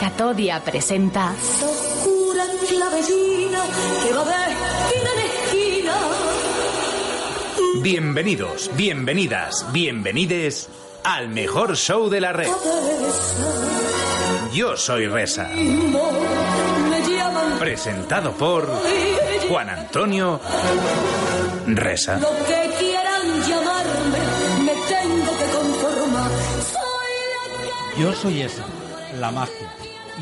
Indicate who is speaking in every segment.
Speaker 1: Catodia presenta
Speaker 2: Oscura clavecina que va de esquina en esquina.
Speaker 3: Bienvenidos, bienvenidas, bienvenides al mejor show de la red. Yo soy Reza,
Speaker 2: Me llaman
Speaker 3: presentado por Juan Antonio Reza.
Speaker 2: lo que quieran llamarme. Me tengo que conformar. Soy la
Speaker 4: Yo soy esa, la magia.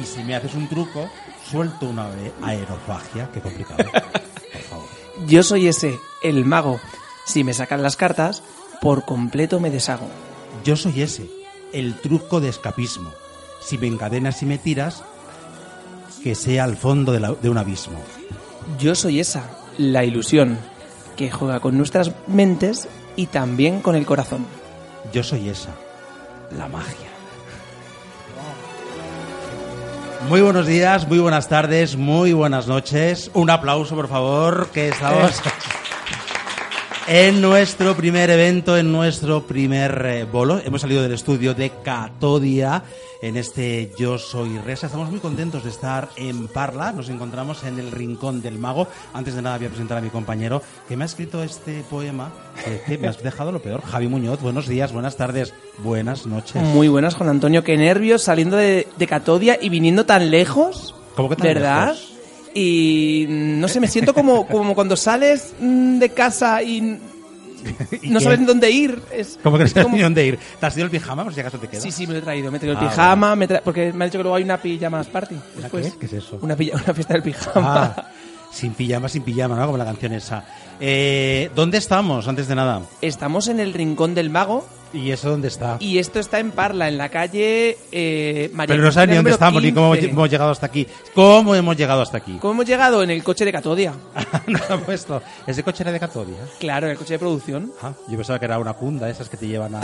Speaker 4: Y si me haces un truco, suelto una ae- aerofagia. Qué complicado. Por favor.
Speaker 5: Yo soy ese, el mago. Si me sacan las cartas, por completo me deshago.
Speaker 4: Yo soy ese, el truco de escapismo. Si me encadenas y me tiras, que sea al fondo de, la- de un abismo.
Speaker 5: Yo soy esa, la ilusión, que juega con nuestras mentes y también con el corazón.
Speaker 4: Yo soy esa, la magia. Muy buenos días, muy buenas tardes, muy buenas noches. Un aplauso, por favor, que estamos en nuestro primer evento, en nuestro primer eh, bolo. Hemos salido del estudio de Catodia en este Yo Soy Resa. Estamos muy contentos de estar en Parla. Nos encontramos en el Rincón del Mago. Antes de nada voy a presentar a mi compañero que me ha escrito este poema. que- que me has dejado lo peor. Javi Muñoz, buenos días, buenas tardes, buenas noches.
Speaker 5: Muy buenas, Juan Antonio. Qué nervios saliendo de, de Catodia y viniendo tan lejos.
Speaker 4: ¿Cómo que tan
Speaker 5: ¿Verdad?
Speaker 4: lejos?
Speaker 5: Y mm, no sé, me siento como, como cuando sales mm, de casa y mm,
Speaker 4: ¿Y
Speaker 5: no
Speaker 4: qué?
Speaker 5: sabes dónde ir. Es,
Speaker 4: ¿Cómo que no
Speaker 5: es
Speaker 4: sabes ni dónde ir? ¿Te has ido el pijama? Por si acaso te queda.
Speaker 5: Sí, sí, me lo he traído. Me he traído el
Speaker 4: Ah,
Speaker 5: pijama, me he tra- porque me ha dicho que luego hay una pijama más party.
Speaker 4: ¿Una
Speaker 5: Después.
Speaker 4: qué? ¿Qué es eso?
Speaker 5: Una, pilla- una fiesta del pijama.
Speaker 4: Ah, sin pijama, sin pijama, ¿no? Como la canción esa. Eh, ¿Dónde estamos, antes de nada?
Speaker 5: Estamos en el Rincón del Mago
Speaker 4: ¿Y eso dónde está?
Speaker 5: y esto está en Parla, en la calle eh, María
Speaker 4: Pero no sabes ni dónde
Speaker 5: Cristina número
Speaker 4: estamos, ni cómo
Speaker 5: 15.
Speaker 4: hemos llegado hasta aquí. ¿Cómo hemos llegado hasta aquí?
Speaker 5: ¿Cómo hemos llegado? En el coche de Catodia.
Speaker 4: no lo he puesto. Ese coche era de Catodia.
Speaker 5: Claro, en el coche de producción.
Speaker 4: Ah, yo pensaba que era una cunda, esas que te llevan a...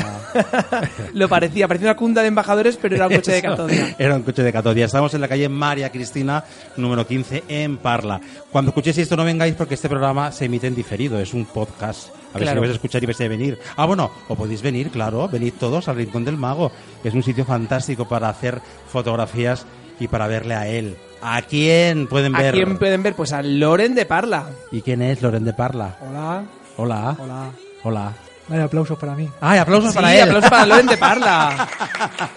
Speaker 5: Lo parecía, parecía una cunda de embajadores, pero era un coche de
Speaker 4: Eso,
Speaker 5: Catodia.
Speaker 4: Era un coche de Catodia. Estamos en la calle María Cristina, número 15, en Parla. Cuando escuchéis esto no vengáis porque este programa se emite en diferido, es un podcast. A ver si
Speaker 5: Claro.
Speaker 4: lo vais a escuchar y vais a venir. Ah, bueno, o podéis venir, claro, venid todos al Rincón del Mago. Es un sitio fantástico para hacer fotografías y para verle a él. ¿A quién pueden
Speaker 5: ¿A
Speaker 4: ver?
Speaker 5: quién pueden ver? Pues a Loren de Parla.
Speaker 4: ¿Y quién es Loren de Parla?
Speaker 6: Hola.
Speaker 4: Hola.
Speaker 6: Hola.
Speaker 4: Hola.
Speaker 6: Vaya aplausos para mí.
Speaker 4: ¡Ay, aplausos
Speaker 5: Sí,
Speaker 4: para él!
Speaker 5: aplausos para Loren de Parla.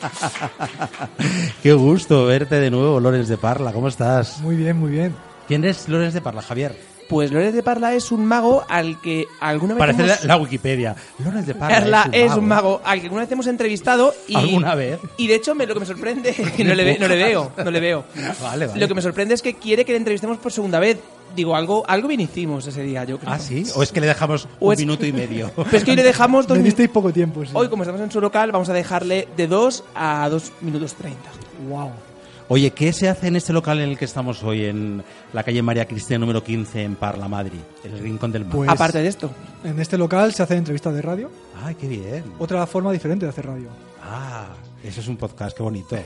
Speaker 4: ¡Qué gusto verte de nuevo, Lorenz de Parla! ¿Cómo estás?
Speaker 6: Muy bien, muy bien.
Speaker 4: ¿Quién es Lorenz de Parla, Javier?
Speaker 5: Pues Loren de Parla es un mago al que alguna vez
Speaker 4: Parece la,
Speaker 5: hemos-
Speaker 4: la Wikipedia. Lorenz de Parla
Speaker 5: Carla
Speaker 4: es un mago.
Speaker 5: al que alguna vez hemos entrevistado y
Speaker 4: ¿Alguna vez?
Speaker 5: y de hecho me- lo que me sorprende es que no le, ve- no le veo no le veo
Speaker 4: Vale, vale.
Speaker 5: lo que me sorprende es que quiere que le entrevistemos por segunda vez digo algo algo bien hicimos ese día yo creo
Speaker 4: Ah, sí. O es que le dejamos
Speaker 5: O
Speaker 4: un
Speaker 5: es-
Speaker 4: minuto y medio.
Speaker 5: pero es que hoy le dejamos dos
Speaker 6: Me
Speaker 5: minutos
Speaker 6: disteis poco tiempo, sí.
Speaker 5: hoy como estamos en su local vamos a dejarle de 2 a 2 minutos 30
Speaker 6: Wow.
Speaker 4: Oye, ¿qué se hace en este local en el que estamos hoy, en la calle María Cristina número 15, en Parla, Madrid? El rincón del mar.
Speaker 6: Pues-
Speaker 5: aparte de esto
Speaker 6: En este local se hacen entrevistas de radio.
Speaker 4: ¡Ay, qué bien!
Speaker 6: Otra forma diferente de hacer radio.
Speaker 4: ¡Ah! Eso es un podcast, qué bonito.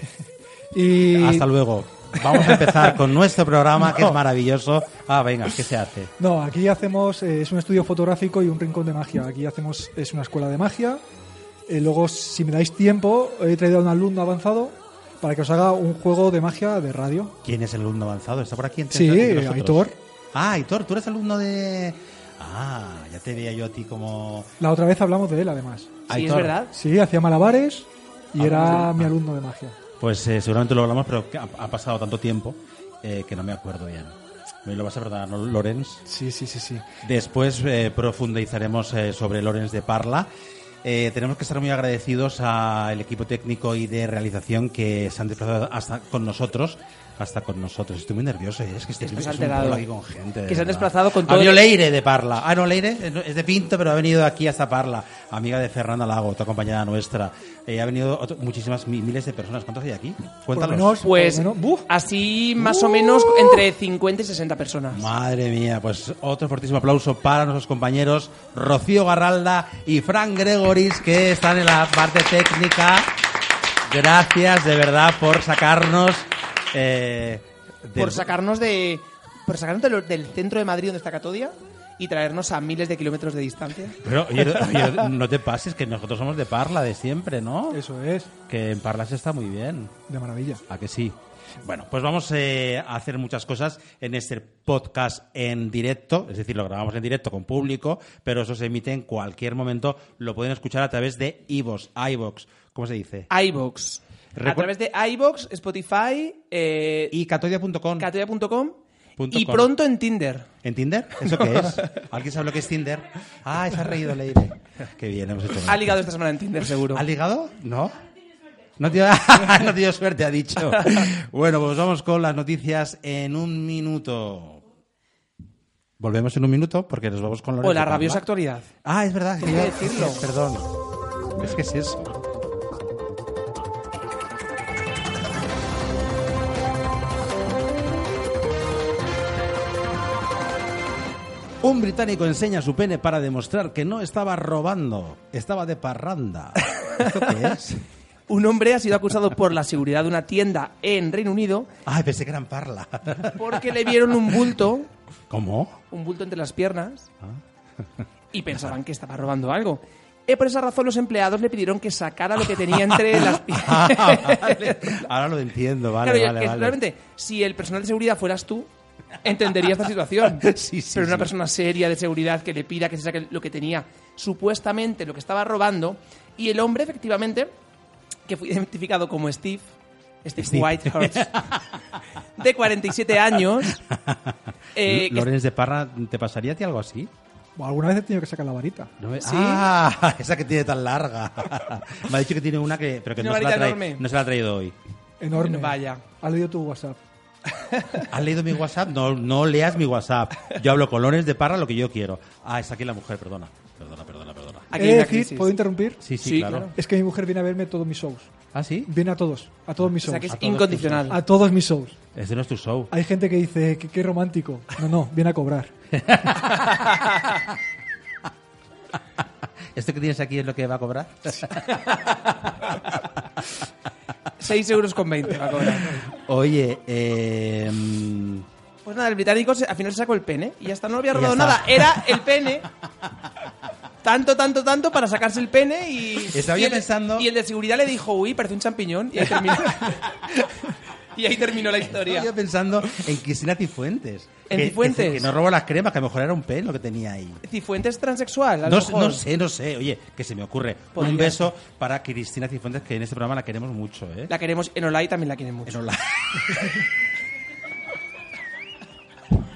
Speaker 6: Y...
Speaker 4: Hasta luego. Vamos a empezar con nuestro programa, que es maravilloso. Ah, venga, ¿qué se hace?
Speaker 6: No, aquí hacemos... eh, es un estudio fotográfico y un rincón de magia. Aquí hacemos... Es una escuela de magia. Eh, luego, si me dais tiempo, he traído a un alumno avanzado para que os haga un juego de magia de radio.
Speaker 4: ¿Quién es el alumno avanzado? ¿Está por aquí? entre-
Speaker 6: Sí,
Speaker 4: entre nosotros?
Speaker 6: Aitor.
Speaker 4: Ah, Aitor, tú eres alumno de... Ah, ya te veía yo a ti como...
Speaker 6: La otra vez hablamos de él, además.
Speaker 5: sí es
Speaker 4: Aitor.
Speaker 5: verdad
Speaker 6: Sí, hacía malabares y
Speaker 4: Hablamos
Speaker 6: era
Speaker 4: de-
Speaker 6: mi
Speaker 4: ah.
Speaker 6: alumno de magia.
Speaker 4: Pues eh, seguramente lo hablamos, pero que ha, ha pasado tanto tiempo eh, que no me acuerdo bien. Me lo vas a perdonar, ¿no, Lorenz?
Speaker 6: Sí, sí, sí, sí.
Speaker 4: Después eh, profundizaremos eh, sobre Lorenz de Parla. Eh, tenemos que estar muy agradecidos al equipo técnico y de realización que se han desplazado hasta con nosotros. Hasta con nosotros. Estoy muy nervioso. eh, Es que estoy
Speaker 5: Estás
Speaker 4: es un
Speaker 5: alterado.
Speaker 4: pueblo aquí con gente. de
Speaker 5: Que se han
Speaker 4: verdad.
Speaker 5: desplazado con todo
Speaker 4: Ha venido
Speaker 5: el-
Speaker 4: Leire de Parla. Ah, no, Leire es- es de Pinto, pero ha venido aquí hasta Parla. Amiga de Fernanda Lago, tu compañera nuestra. Eh, ha venido otro- muchísimas, mi- miles de personas. ¿Cuántos hay aquí? Cuéntanos.
Speaker 6: menos-
Speaker 5: Pues
Speaker 6: Bueno, ¡buf!
Speaker 5: así más o menos entre 50 y 60 personas.
Speaker 4: Madre mía, pues otro fortísimo aplauso para nuestros compañeros Rocío Garralda y Fran Gregoris que están en la parte técnica. Gracias de verdad por sacarnos. eh, del-
Speaker 5: Por sacarnos de por sacarnos de lo- del centro de Madrid donde está Catodia y traernos a miles de kilómetros de distancia.
Speaker 4: Pero, oye, oye, no te pases, que nosotros somos de Parla de siempre, ¿no?
Speaker 6: Eso es,
Speaker 4: Que en Parla se está muy bien.
Speaker 6: de maravilla.
Speaker 4: ¿A que sí? Bueno, pues vamos eh, a hacer muchas cosas en este podcast en directo, es decir, lo grabamos en directo con público, pero eso se emite en cualquier momento, lo pueden escuchar a través de iVoox, iVoox, ¿cómo se dice?
Speaker 5: iBox.
Speaker 4: Recuer-
Speaker 5: A través de iBox, Spotify, eh,
Speaker 4: Y catodia.com.
Speaker 5: catodia.com
Speaker 4: Punto
Speaker 5: y
Speaker 4: com.
Speaker 5: pronto en Tinder.
Speaker 4: ¿En Tinder? ¿Eso qué es? ¿Alguien sabe lo que es Tinder? Ah, se ha reído, Leire. Qué bien, hemos hecho bien.
Speaker 5: Ha ligado esta semana en Tinder, seguro.
Speaker 4: ¿Ha ligado? No. No tiene, no tiene suerte, ha dicho. Bueno, pues vamos con las noticias en un minuto. Volvemos en un minuto porque nos vamos con Lorenzo
Speaker 5: O Pues la
Speaker 4: Parla.
Speaker 5: rabiosa actualidad.
Speaker 4: Ah, es verdad.
Speaker 5: Tenía que decirlo.
Speaker 4: Perdón. Es que es eso. Un británico enseña su pene para demostrar que no estaba robando, estaba de parranda. ¿Esto qué es?
Speaker 5: Un hombre ha sido acusado por la seguridad de una tienda en Reino Unido
Speaker 4: Ay, pensé que eran parla.
Speaker 5: porque le vieron un bulto,
Speaker 4: ¿Cómo?
Speaker 5: un bulto entre las piernas,
Speaker 4: Ah.
Speaker 5: y pensaban que estaba robando algo. Y por esa razón los empleados le pidieron que sacara lo que tenía entre las
Speaker 4: Ah, vale.
Speaker 5: piernas.
Speaker 4: Ahora lo entiendo, vale,
Speaker 5: claro, yo-
Speaker 4: vale,
Speaker 5: que
Speaker 4: vale.
Speaker 5: realmente, si el personal de seguridad fueras tú, entendería esta situación.
Speaker 4: Sí, sí,
Speaker 5: Pero una
Speaker 4: sí.
Speaker 5: persona seria de seguridad que le pida que se saque lo que tenía, supuestamente lo que estaba robando, y el hombre, efectivamente, que fue identificado como Steve, Steve,
Speaker 4: Steve.
Speaker 5: Whitehurst, de 47 años, eh, que-
Speaker 4: Lorenz de Parra, ¿te pasaría a ti algo así?
Speaker 6: Bueno, alguna vez he tenido que sacar la varita.
Speaker 4: No me-
Speaker 5: ¿Sí?
Speaker 4: Ah, esa que tiene tan larga. me ha dicho que tiene una que, pero que
Speaker 5: Una
Speaker 4: no se, la
Speaker 5: varita
Speaker 4: trae-
Speaker 5: enorme.
Speaker 4: no se la ha traído hoy.
Speaker 6: Enorme.
Speaker 5: Vaya.
Speaker 6: Ha leído tu WhatsApp.
Speaker 4: ¿Has leído mi WhatsApp? No, no leas mi WhatsApp. Yo hablo con Lorenz de Parra lo que yo quiero. Ah, es aquí la mujer, perdona. Perdona, perdona, perdona.
Speaker 5: aquí
Speaker 6: He
Speaker 5: hay
Speaker 6: de
Speaker 5: una
Speaker 6: decir,
Speaker 5: crisis.
Speaker 6: ¿puedo interrumpir?
Speaker 4: Sí, sí,
Speaker 5: Sí,
Speaker 4: claro.
Speaker 5: claro.
Speaker 6: Es que mi mujer viene a verme todos mis shows.
Speaker 4: ¿Ah, sí?
Speaker 6: Viene a todos, a todos mis
Speaker 5: O sea,
Speaker 6: shows.
Speaker 5: que es
Speaker 4: todos
Speaker 5: incondicional.
Speaker 6: A todos mis shows.
Speaker 4: Ese no es tu show.
Speaker 6: Hay gente que dice, qué, qué romántico. No, no, viene a cobrar.
Speaker 4: ¿Esto que tienes aquí es lo que va a cobrar?
Speaker 5: 6 euros con 20 va a cobrar.
Speaker 4: Oye, eh... mm,
Speaker 5: Pues nada, el británico se- al final se sacó el pene y hasta no había
Speaker 4: Y ya
Speaker 5: robado
Speaker 4: está.
Speaker 5: nada. Era el pene. Tanto, tanto, tanto para sacarse el pene y.
Speaker 4: Estaba
Speaker 5: y
Speaker 4: yo
Speaker 5: el-
Speaker 4: pensando-
Speaker 5: Y el de seguridad le dijo, uy, parece un champiñón. Y ahí terminó, y ahí terminó la historia.
Speaker 4: Estaba yo pensando en Cristina Cifuentes.
Speaker 5: En
Speaker 4: Que- que-
Speaker 5: Cifuentes.
Speaker 4: Que, no robó las cremas, que a lo mejor era un pelo que tenía ahí.
Speaker 5: Cifuentes transexual. a lo
Speaker 4: No,
Speaker 5: mejor.
Speaker 4: no sé, no sé. Oye, que se me ocurre.
Speaker 5: Podría
Speaker 4: Un beso para Cristina Cifuentes, que en este programa la queremos mucho, ¿eh?
Speaker 5: La queremos en Olay, también la quieren mucho.
Speaker 4: En Ola-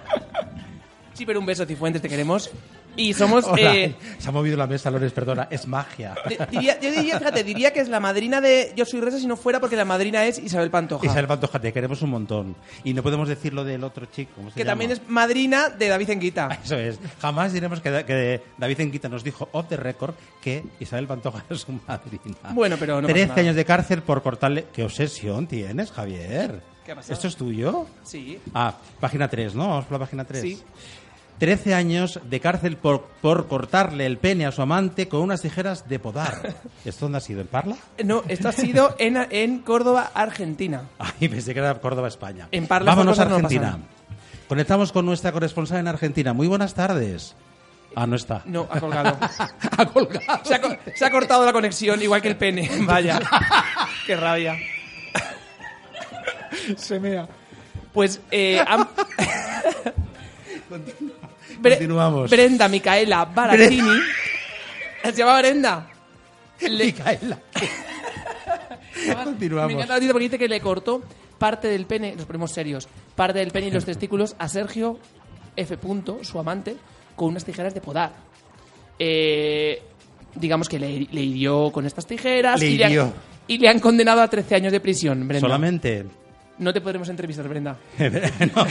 Speaker 5: Sí, pero un beso, Cifuentes, te queremos. Y somos.
Speaker 4: Hola.
Speaker 5: eh,
Speaker 4: Se ha movido la mesa, Lores, perdona. Es magia.
Speaker 5: di- diría- yo diría, fíjate, diría que es la madrina de Yo soy Reza si no fuera porque la madrina es Isabel Pantoja.
Speaker 4: Isabel Pantoja, te queremos un montón. Y no podemos decir lo del otro chico. ¿cómo se
Speaker 5: que
Speaker 4: llama?
Speaker 5: también es madrina de David Enguita.
Speaker 4: Eso es. Jamás diremos que, que David Enquita nos dijo off the record que Isabel Pantoja es su madrina.
Speaker 5: Bueno, pero no pasa
Speaker 4: 13
Speaker 5: nada.
Speaker 4: años de cárcel por cortarle. ¿Qué obsesión tienes, Javier?
Speaker 5: ¿Qué ha pasado?
Speaker 4: ¿Esto es tuyo?
Speaker 5: Sí.
Speaker 4: Ah, página 3, ¿no? Vamos por la página 3.
Speaker 5: Sí.
Speaker 4: 13 años de cárcel por, por cortarle el pene a su amante con unas tijeras de podar. ¿Esto dónde ha sido? ¿En Parla?
Speaker 5: No, esto ha sido en, en Córdoba, Argentina.
Speaker 4: Ay, pensé que era Córdoba, España.
Speaker 5: En Parla
Speaker 4: Vámonos a
Speaker 5: estas cosas no
Speaker 4: Argentina. Conectamos con nuestra corresponsal en Argentina. Muy buenas tardes. Ah, no está.
Speaker 5: No, ha colgado.
Speaker 4: Ha colgado.
Speaker 5: Se ha, co- se ha cortado la conexión, igual que el pene. Vaya. Qué rabia.
Speaker 6: Se mea.
Speaker 5: Pues eh, han- Bre-
Speaker 4: Continuamos.
Speaker 5: Brenda Micaela Baratini. Se llama Brenda. Le-
Speaker 4: Micaela.
Speaker 5: Me
Speaker 4: Continuamos.
Speaker 5: encanta la noticia porque dice que le cortó parte del pene, nos ponemos serios, parte del pene y los testículos a Sergio F. Punto, su amante, con unas tijeras de podar. Eh, digamos que le, le hirió con estas tijeras.
Speaker 4: Le
Speaker 5: y, le han,
Speaker 4: hirió.
Speaker 5: y le han condenado a 13 años de prisión, Brenda.
Speaker 4: Solamente.
Speaker 5: No te podremos entrevistar, Brenda.
Speaker 4: No.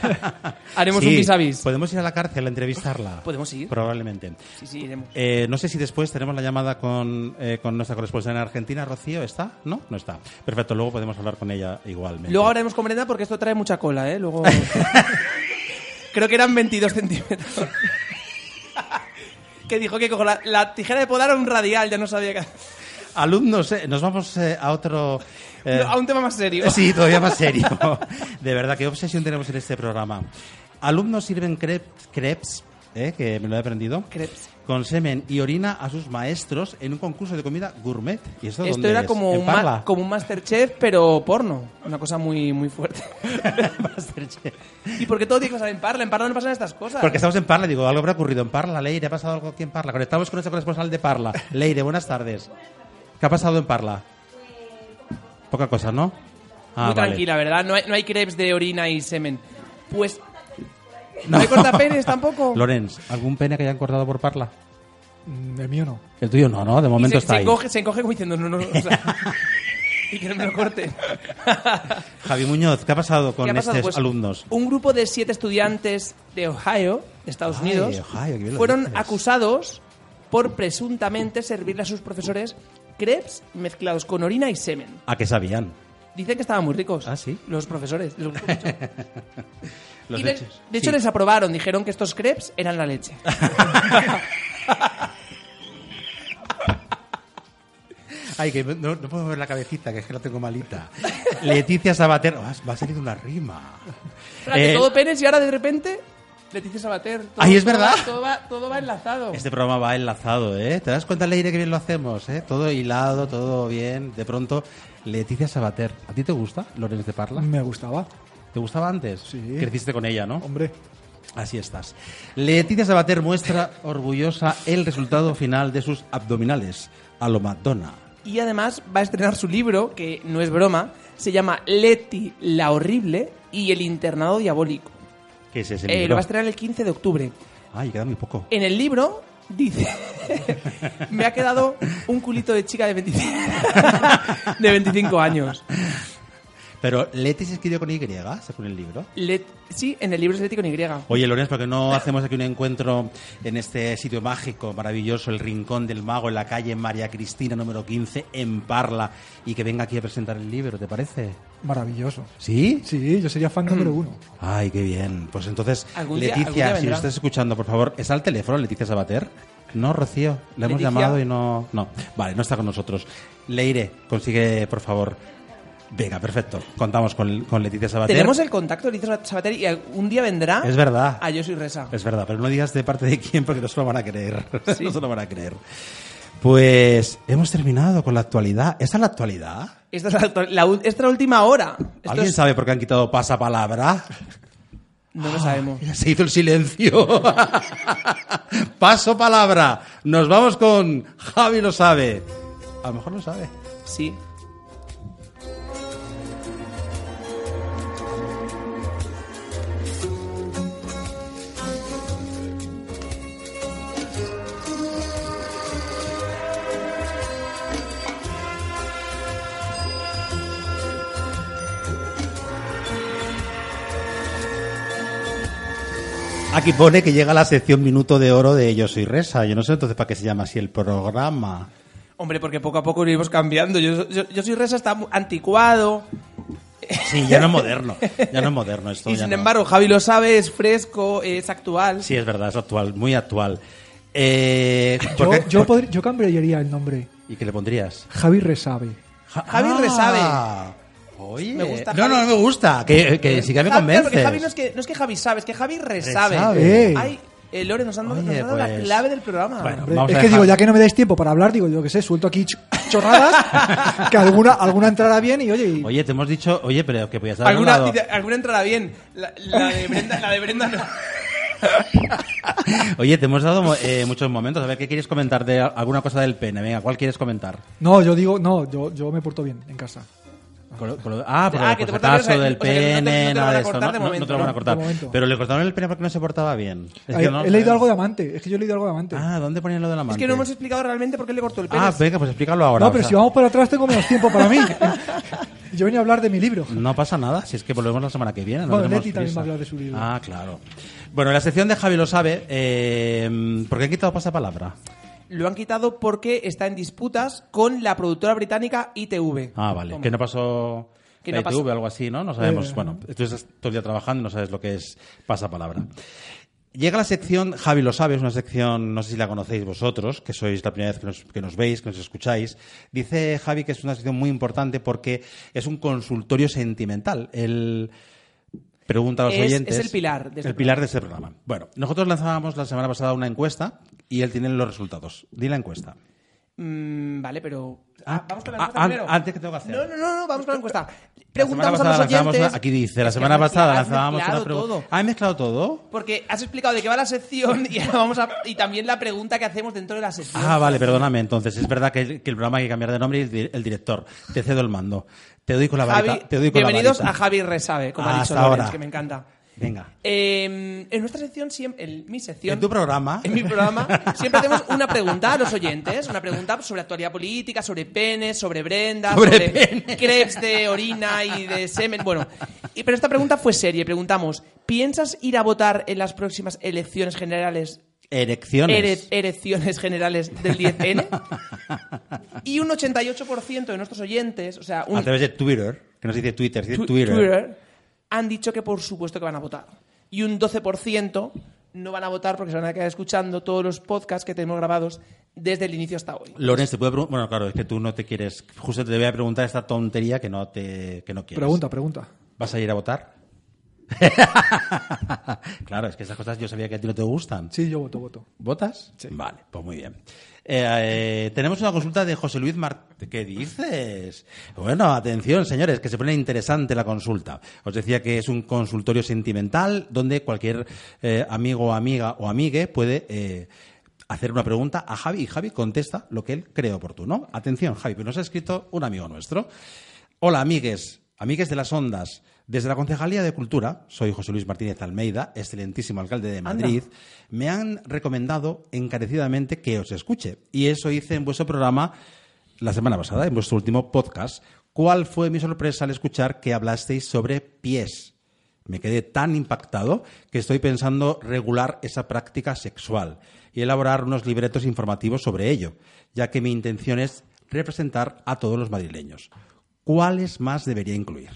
Speaker 5: Haremos
Speaker 4: Sí,
Speaker 5: un vis a vis.
Speaker 4: Podemos ir a la cárcel a entrevistarla.
Speaker 5: Podemos ir.
Speaker 4: Probablemente.
Speaker 5: Sí, sí, iremos.
Speaker 4: Eh, no sé si después tenemos la llamada con, eh, con nuestra corresponsal en Argentina, Rocío. ¿Está? ¿No? No está. Perfecto, luego podemos hablar con ella igualmente.
Speaker 5: Luego hablaremos con Brenda porque esto trae mucha cola, ¿eh? Luego. Creo que eran 22 centímetros. que dijo que cojo la, la tijera de podar era un radial, ya no sabía qué.
Speaker 4: Alumnos, eh, nos vamos eh, a otro... eh,
Speaker 5: No, a un tema más serio.
Speaker 4: Sí, todavía más serio. De verdad, qué obsesión tenemos en este programa. Alumnos sirven crep- crepes, eh, que me lo he aprendido,
Speaker 5: Crepes.
Speaker 4: con semen y orina a sus maestros en un concurso de comida gourmet. ¿Y esto,
Speaker 5: Esto
Speaker 4: dónde
Speaker 5: era
Speaker 4: es?
Speaker 5: como
Speaker 4: ¿En
Speaker 5: un, ma-
Speaker 4: Parla?
Speaker 5: como un Masterchef, pero porno. Una cosa muy, muy fuerte.
Speaker 4: Masterchef.
Speaker 5: ¿Y por qué todo tiene que pasar en Parla? En Parla no pasan estas cosas.
Speaker 4: Porque estamos en Parla, digo, algo habrá ocurrido en Parla, Leire, ¿ha pasado algo aquí en Parla? Conectamos con nuestra corresponsal de Parla. Leire, buenas tardes. ¿Qué ha pasado en Parla? Poca cosa, ¿no? Ah,
Speaker 5: muy
Speaker 4: vale.
Speaker 5: tranquila, ¿verdad? No hay, no hay crepes de orina y semen. Pues.
Speaker 4: No.
Speaker 5: ¿No, hay cortapenes tampoco?
Speaker 4: Lorenz, ¿algún pene que hayan cortado por Parla?
Speaker 6: Mm, El mío no.
Speaker 4: El tuyo no, ¿no? De
Speaker 5: Y
Speaker 4: momento
Speaker 5: se,
Speaker 4: está
Speaker 5: se
Speaker 4: ahí.
Speaker 5: encoge- se encoge como diciendo, no, no, no. o sea, y que no me lo corten.
Speaker 4: Javi Muñoz, ¿qué ha pasado con
Speaker 5: ¿Qué ha pasado?
Speaker 4: estos
Speaker 5: Pues,
Speaker 4: alumnos?
Speaker 5: Un grupo de siete estudiantes de Ohio, de Estados
Speaker 4: Ay,
Speaker 5: Unidos,
Speaker 4: Ohio, qué bien lo
Speaker 5: fueron
Speaker 4: dices.
Speaker 5: acusados por presuntamente servirle a sus profesores crepes mezclados con orina y semen.
Speaker 4: ¿A qué sabían?
Speaker 5: Dicen que estaban muy ricos.
Speaker 4: Ah, ¿sí?
Speaker 5: Los profesores. les gustó mucho.
Speaker 4: Los
Speaker 5: Y les-
Speaker 4: hechos.
Speaker 5: de hecho,
Speaker 4: Sí.
Speaker 5: les aprobaron. Dijeron que estos crepes eran la leche.
Speaker 4: Ay, que no, no puedo mover la cabecita, que es que la tengo malita. Leticia Sabater, Ah, va a salir una rima.
Speaker 5: Espérate,
Speaker 4: Eh,
Speaker 5: todo penes y ahora de repente Leticia Sabater. todo-
Speaker 4: Ay, es
Speaker 5: todo
Speaker 4: verdad.
Speaker 5: va- Todo va, todo va enlazado.
Speaker 4: Este programa va enlazado, ¿eh? ¿Te das cuenta, Leire, que bien lo hacemos, eh? Todo hilado, todo bien. De pronto, Leticia Sabater, ¿a ti te gusta Lorenz de Parla?
Speaker 6: Me gustaba.
Speaker 4: ¿Te gustaba antes?
Speaker 6: Sí.
Speaker 4: Creciste con ella, ¿no?
Speaker 6: Hombre,
Speaker 4: Así estás. Leticia Sabater muestra orgullosa el resultado final de sus abdominales a lo Madonna.
Speaker 5: Y además va a estrenar su libro, que no es broma, se llama Leti la Horrible y el Internado Diabólico.
Speaker 4: ¿Qué es ese
Speaker 5: Eh,
Speaker 4: libro?
Speaker 5: lo va a Eh. estrenar el 15 de octubre.
Speaker 4: Ay, queda muy poco.
Speaker 5: En el libro dice, me ha quedado un culito de chica de 25, de 25 años.
Speaker 4: Pero Leti se escribió con Y, según el libro.
Speaker 5: Let- sí, en el libro es Leti con Y.
Speaker 4: Oye, Lorenz, ¿por qué no hacemos aquí un encuentro en este sitio mágico, maravilloso, el Rincón del Mago, en la calle María Cristina, número 15, en Parla, y que venga aquí a presentar el libro, ¿te parece?
Speaker 6: maravilloso.
Speaker 4: ¿Sí?
Speaker 6: Sí, yo sería fan número uno.
Speaker 4: Ay, qué bien. Pues entonces,
Speaker 5: Algún día-
Speaker 4: Leticia,
Speaker 5: algún día
Speaker 4: si
Speaker 5: vendrá.
Speaker 4: nos estás escuchando, por favor, ¿está al teléfono Leticia Sabater? No, Rocío, le hemos
Speaker 5: Leticia.
Speaker 4: llamado y no... No, vale, no está con nosotros. Leire, consigue, por favor... Venga, perfecto. Contamos con, con Leticia Sabater.
Speaker 5: Tenemos el contacto de Leticia Sabater y un día vendrá
Speaker 4: Es verdad.
Speaker 5: a Yo soy Reza.
Speaker 4: Es verdad, pero no digas de parte de quién porque no se lo van a creer.
Speaker 5: Sí.
Speaker 4: No se lo van a creer. Pues hemos terminado con la actualidad. ¿Esa es la actualidad?
Speaker 5: Esta es la, la ul- esta es la última hora. Esto
Speaker 4: ¿Alguien
Speaker 5: es-
Speaker 4: sabe por qué han quitado pasapalabra?
Speaker 5: No lo sabemos.
Speaker 4: Se hizo el silencio. Paso palabra. Nos vamos con Javi lo sabe. A lo mejor lo sabe.
Speaker 5: Sí.
Speaker 4: Aquí pone que llega la sección Minuto de Oro de Yo Soy Resa. Yo no sé entonces para qué se llama así el programa.
Speaker 5: Hombre, porque poco a poco lo íbamos cambiando. Yo, yo, yo soy Reza, está mu- anticuado.
Speaker 4: Sí, ya no es moderno. Ya no es moderno esto.
Speaker 5: y
Speaker 4: ya
Speaker 5: sin
Speaker 4: no.
Speaker 5: embargo, Javi lo sabe, es fresco, es actual.
Speaker 4: Sí, es verdad, es actual, muy actual. Eh,
Speaker 6: Yo,
Speaker 4: ¿por qué-
Speaker 6: yo,
Speaker 4: por-
Speaker 6: podri- yo cambiaría el nombre.
Speaker 4: ¿Y qué le pondrías?
Speaker 6: Javi Resabe.
Speaker 5: Javi
Speaker 4: Ah, Oye.
Speaker 5: Me gusta
Speaker 4: no, no,
Speaker 5: Javi.
Speaker 4: no me gusta. Que, eh, que sí que me
Speaker 5: Javi-
Speaker 4: convences.
Speaker 5: Porque Javi no es, que, no es que Javi sabe, es que Javi resabe.
Speaker 4: Resabe.
Speaker 6: Ey.
Speaker 5: Ay, eh, Lore, nos han dado,
Speaker 4: Oye,
Speaker 5: nos han dado la
Speaker 4: pues.
Speaker 5: clave del programa.
Speaker 4: Bueno,
Speaker 6: Hombre,
Speaker 4: vamos
Speaker 6: es
Speaker 4: a
Speaker 6: que
Speaker 4: dejar-
Speaker 6: digo, ya que no me dais tiempo para hablar, digo, yo que sé, suelto aquí ch- chorradas, que alguna, alguna entrará bien y oye, y-
Speaker 4: Oye, te hemos dicho, oye, pero que podías haber
Speaker 5: alguna,
Speaker 4: hablado.
Speaker 5: dice, alguna entrará bien. La, la de Brenda, la de Brenda no.
Speaker 4: Oye, te hemos dado eh, muchos momentos. A ver, ¿qué quieres comentar de alguna cosa del pene? Venga, ¿cuál quieres comentar?
Speaker 6: no, yo digo, no, yo, yo me porto bien en casa.
Speaker 4: Colo- colo- ah, porque
Speaker 5: Ah,
Speaker 4: el
Speaker 5: que te
Speaker 4: cortazo
Speaker 5: cortan el-
Speaker 4: del
Speaker 5: o sea, que no te- no
Speaker 4: pene,
Speaker 5: te
Speaker 4: nada
Speaker 5: lo van a
Speaker 4: de esto.
Speaker 5: cortar
Speaker 4: no,
Speaker 5: de
Speaker 4: no- no te lo van a
Speaker 5: momento,
Speaker 4: cortar.
Speaker 6: ¿no? De momento.
Speaker 4: Pero le cortaron el pene porque no se portaba bien. Es que
Speaker 6: Ay,
Speaker 4: no-
Speaker 6: he leído algo de amante. Es que yo he leído algo de amante.
Speaker 4: Ah, ¿dónde ponían lo de la mano?
Speaker 5: Es que no hemos explicado realmente por qué le cortó el pene.
Speaker 4: Ah, venga, pues explícalo ahora.
Speaker 6: no,
Speaker 4: o
Speaker 6: pero
Speaker 4: sea,
Speaker 6: si vamos para atrás tengo menos tiempo para mí. yo venía a hablar de mi libro.
Speaker 4: No pasa nada, si es que volvemos la semana que viene. no
Speaker 6: Bueno,
Speaker 4: tenemos
Speaker 6: Leti también
Speaker 4: prisa.
Speaker 6: va a hablar de su libro.
Speaker 4: Ah, claro. Bueno, la sección de Javi lo sabe, eh, porque he quitado pasapalabra.
Speaker 5: Lo han quitado porque está en disputas con la productora británica ITV.
Speaker 4: Ah, vale.
Speaker 5: Toma.
Speaker 4: Que no pasó
Speaker 5: Que
Speaker 4: la
Speaker 5: no pasó.
Speaker 4: ITV o algo así, ¿no? No sabemos.
Speaker 6: Eh,
Speaker 4: bueno, tú estás todo el día trabajando y no sabes lo que es pasapalabra. Llega la sección, Javi lo sabe, es una sección, no sé si la conocéis vosotros, que sois la primera vez que nos, que nos veis, que nos escucháis. Dice Javi que es una sección muy importante porque es un consultorio sentimental. Él pregunta a los
Speaker 5: Es-
Speaker 4: oyentes.
Speaker 5: es el pilar de este
Speaker 4: el pilar de este programa. Bueno, nosotros lanzábamos la semana pasada una encuesta y él tiene los resultados. Di la encuesta.
Speaker 5: Mm, vale, pero.
Speaker 4: Ah,
Speaker 5: vamos con la
Speaker 4: ah,
Speaker 5: encuesta
Speaker 4: an-
Speaker 5: primero.
Speaker 4: antes que tengo que hacer.
Speaker 5: No, no, no, no, vamos con la encuesta.
Speaker 4: La semana
Speaker 5: Preguntamos a
Speaker 4: pasada
Speaker 5: los
Speaker 4: lanzábamos
Speaker 5: oyentes.
Speaker 4: una- aquí dice, la
Speaker 5: Es que
Speaker 4: semana
Speaker 5: has mezclado-
Speaker 4: pasada
Speaker 5: has
Speaker 4: lanzábamos una
Speaker 5: mezclado
Speaker 4: pregunta.
Speaker 5: todo.
Speaker 4: ¿Ah, he mezclado todo?
Speaker 5: Porque has explicado de qué va la sección y ahora vamos a. Y también la pregunta que hacemos dentro de la sección.
Speaker 4: Ah, vale, perdóname. Entonces, es verdad que el, que el programa hay que cambiar de nombre y el, di- el director. Te cedo el mando. Te doy con la
Speaker 5: Javi-
Speaker 4: varita. te doy con la
Speaker 5: bienvenidos
Speaker 4: varita. Ah,
Speaker 5: a Javi Resabe, como ha
Speaker 4: Hasta
Speaker 5: dicho Lorenz,
Speaker 4: ahora.
Speaker 5: que me encanta.
Speaker 4: Venga.
Speaker 5: Eh, en nuestra sección, siempre, en mi sección.
Speaker 4: En tu programa.
Speaker 5: En mi programa siempre hacemos una pregunta a los oyentes, una pregunta sobre actualidad política, sobre penes, sobre brendas,
Speaker 4: Sobre
Speaker 5: sobre,
Speaker 4: penes.
Speaker 5: crepes de orina y de semen. Bueno, y, pero esta pregunta fue seria. Preguntamos, ¿piensas ir a votar en las próximas elecciones generales?
Speaker 4: Erecciones.
Speaker 5: ere- elecciones generales del 10N? Y un 88% de nuestros oyentes, o sea, un
Speaker 4: A través de Twitter. Que no se dice Twitter, se dice
Speaker 5: Tw-
Speaker 4: Twitter.
Speaker 5: Twitter, han dicho que por supuesto que van a votar. Y un 12% no van a votar porque se van a quedar escuchando todos los podcasts que tenemos grabados desde el inicio hasta hoy.
Speaker 4: Lorenz, te puedo preguntar. Bueno, claro, es que tú no te quieres. Justo te voy a preguntar esta tontería que no, te, que no quieres.
Speaker 6: Pregunta, pregunta.
Speaker 4: ¿Vas a ir a votar? claro, es que esas cosas yo sabía que a ti no te gustan.
Speaker 6: Sí, yo voto, voto.
Speaker 4: ¿Votas? Vale, pues muy bien. Eh, eh, tenemos una consulta de José Luis Martínez. ¿Qué dices? Bueno, atención, señores, que se pone interesante la consulta. Os decía que es un consultorio sentimental donde cualquier eh, amigo, amiga o amigue puede eh, hacer una pregunta a Javi y Javi contesta lo que él cree oportuno. Atención, Javi, pero nos ha escrito un amigo nuestro. Hola, amigues, amigues de las ondas. Desde la Concejalía de Cultura, soy José Luis Martínez Almeida, excelentísimo alcalde de Madrid, me han recomendado encarecidamente que os escuche. Y eso hice en vuestro programa la semana pasada, en vuestro último podcast. ¿Cuál fue mi sorpresa al escuchar que hablasteis sobre pies? Me quedé tan impactado que estoy pensando regular esa práctica sexual y elaborar unos libretos informativos sobre ello, ya que mi intención es representar a todos los madrileños. ¿Cuáles más debería incluir?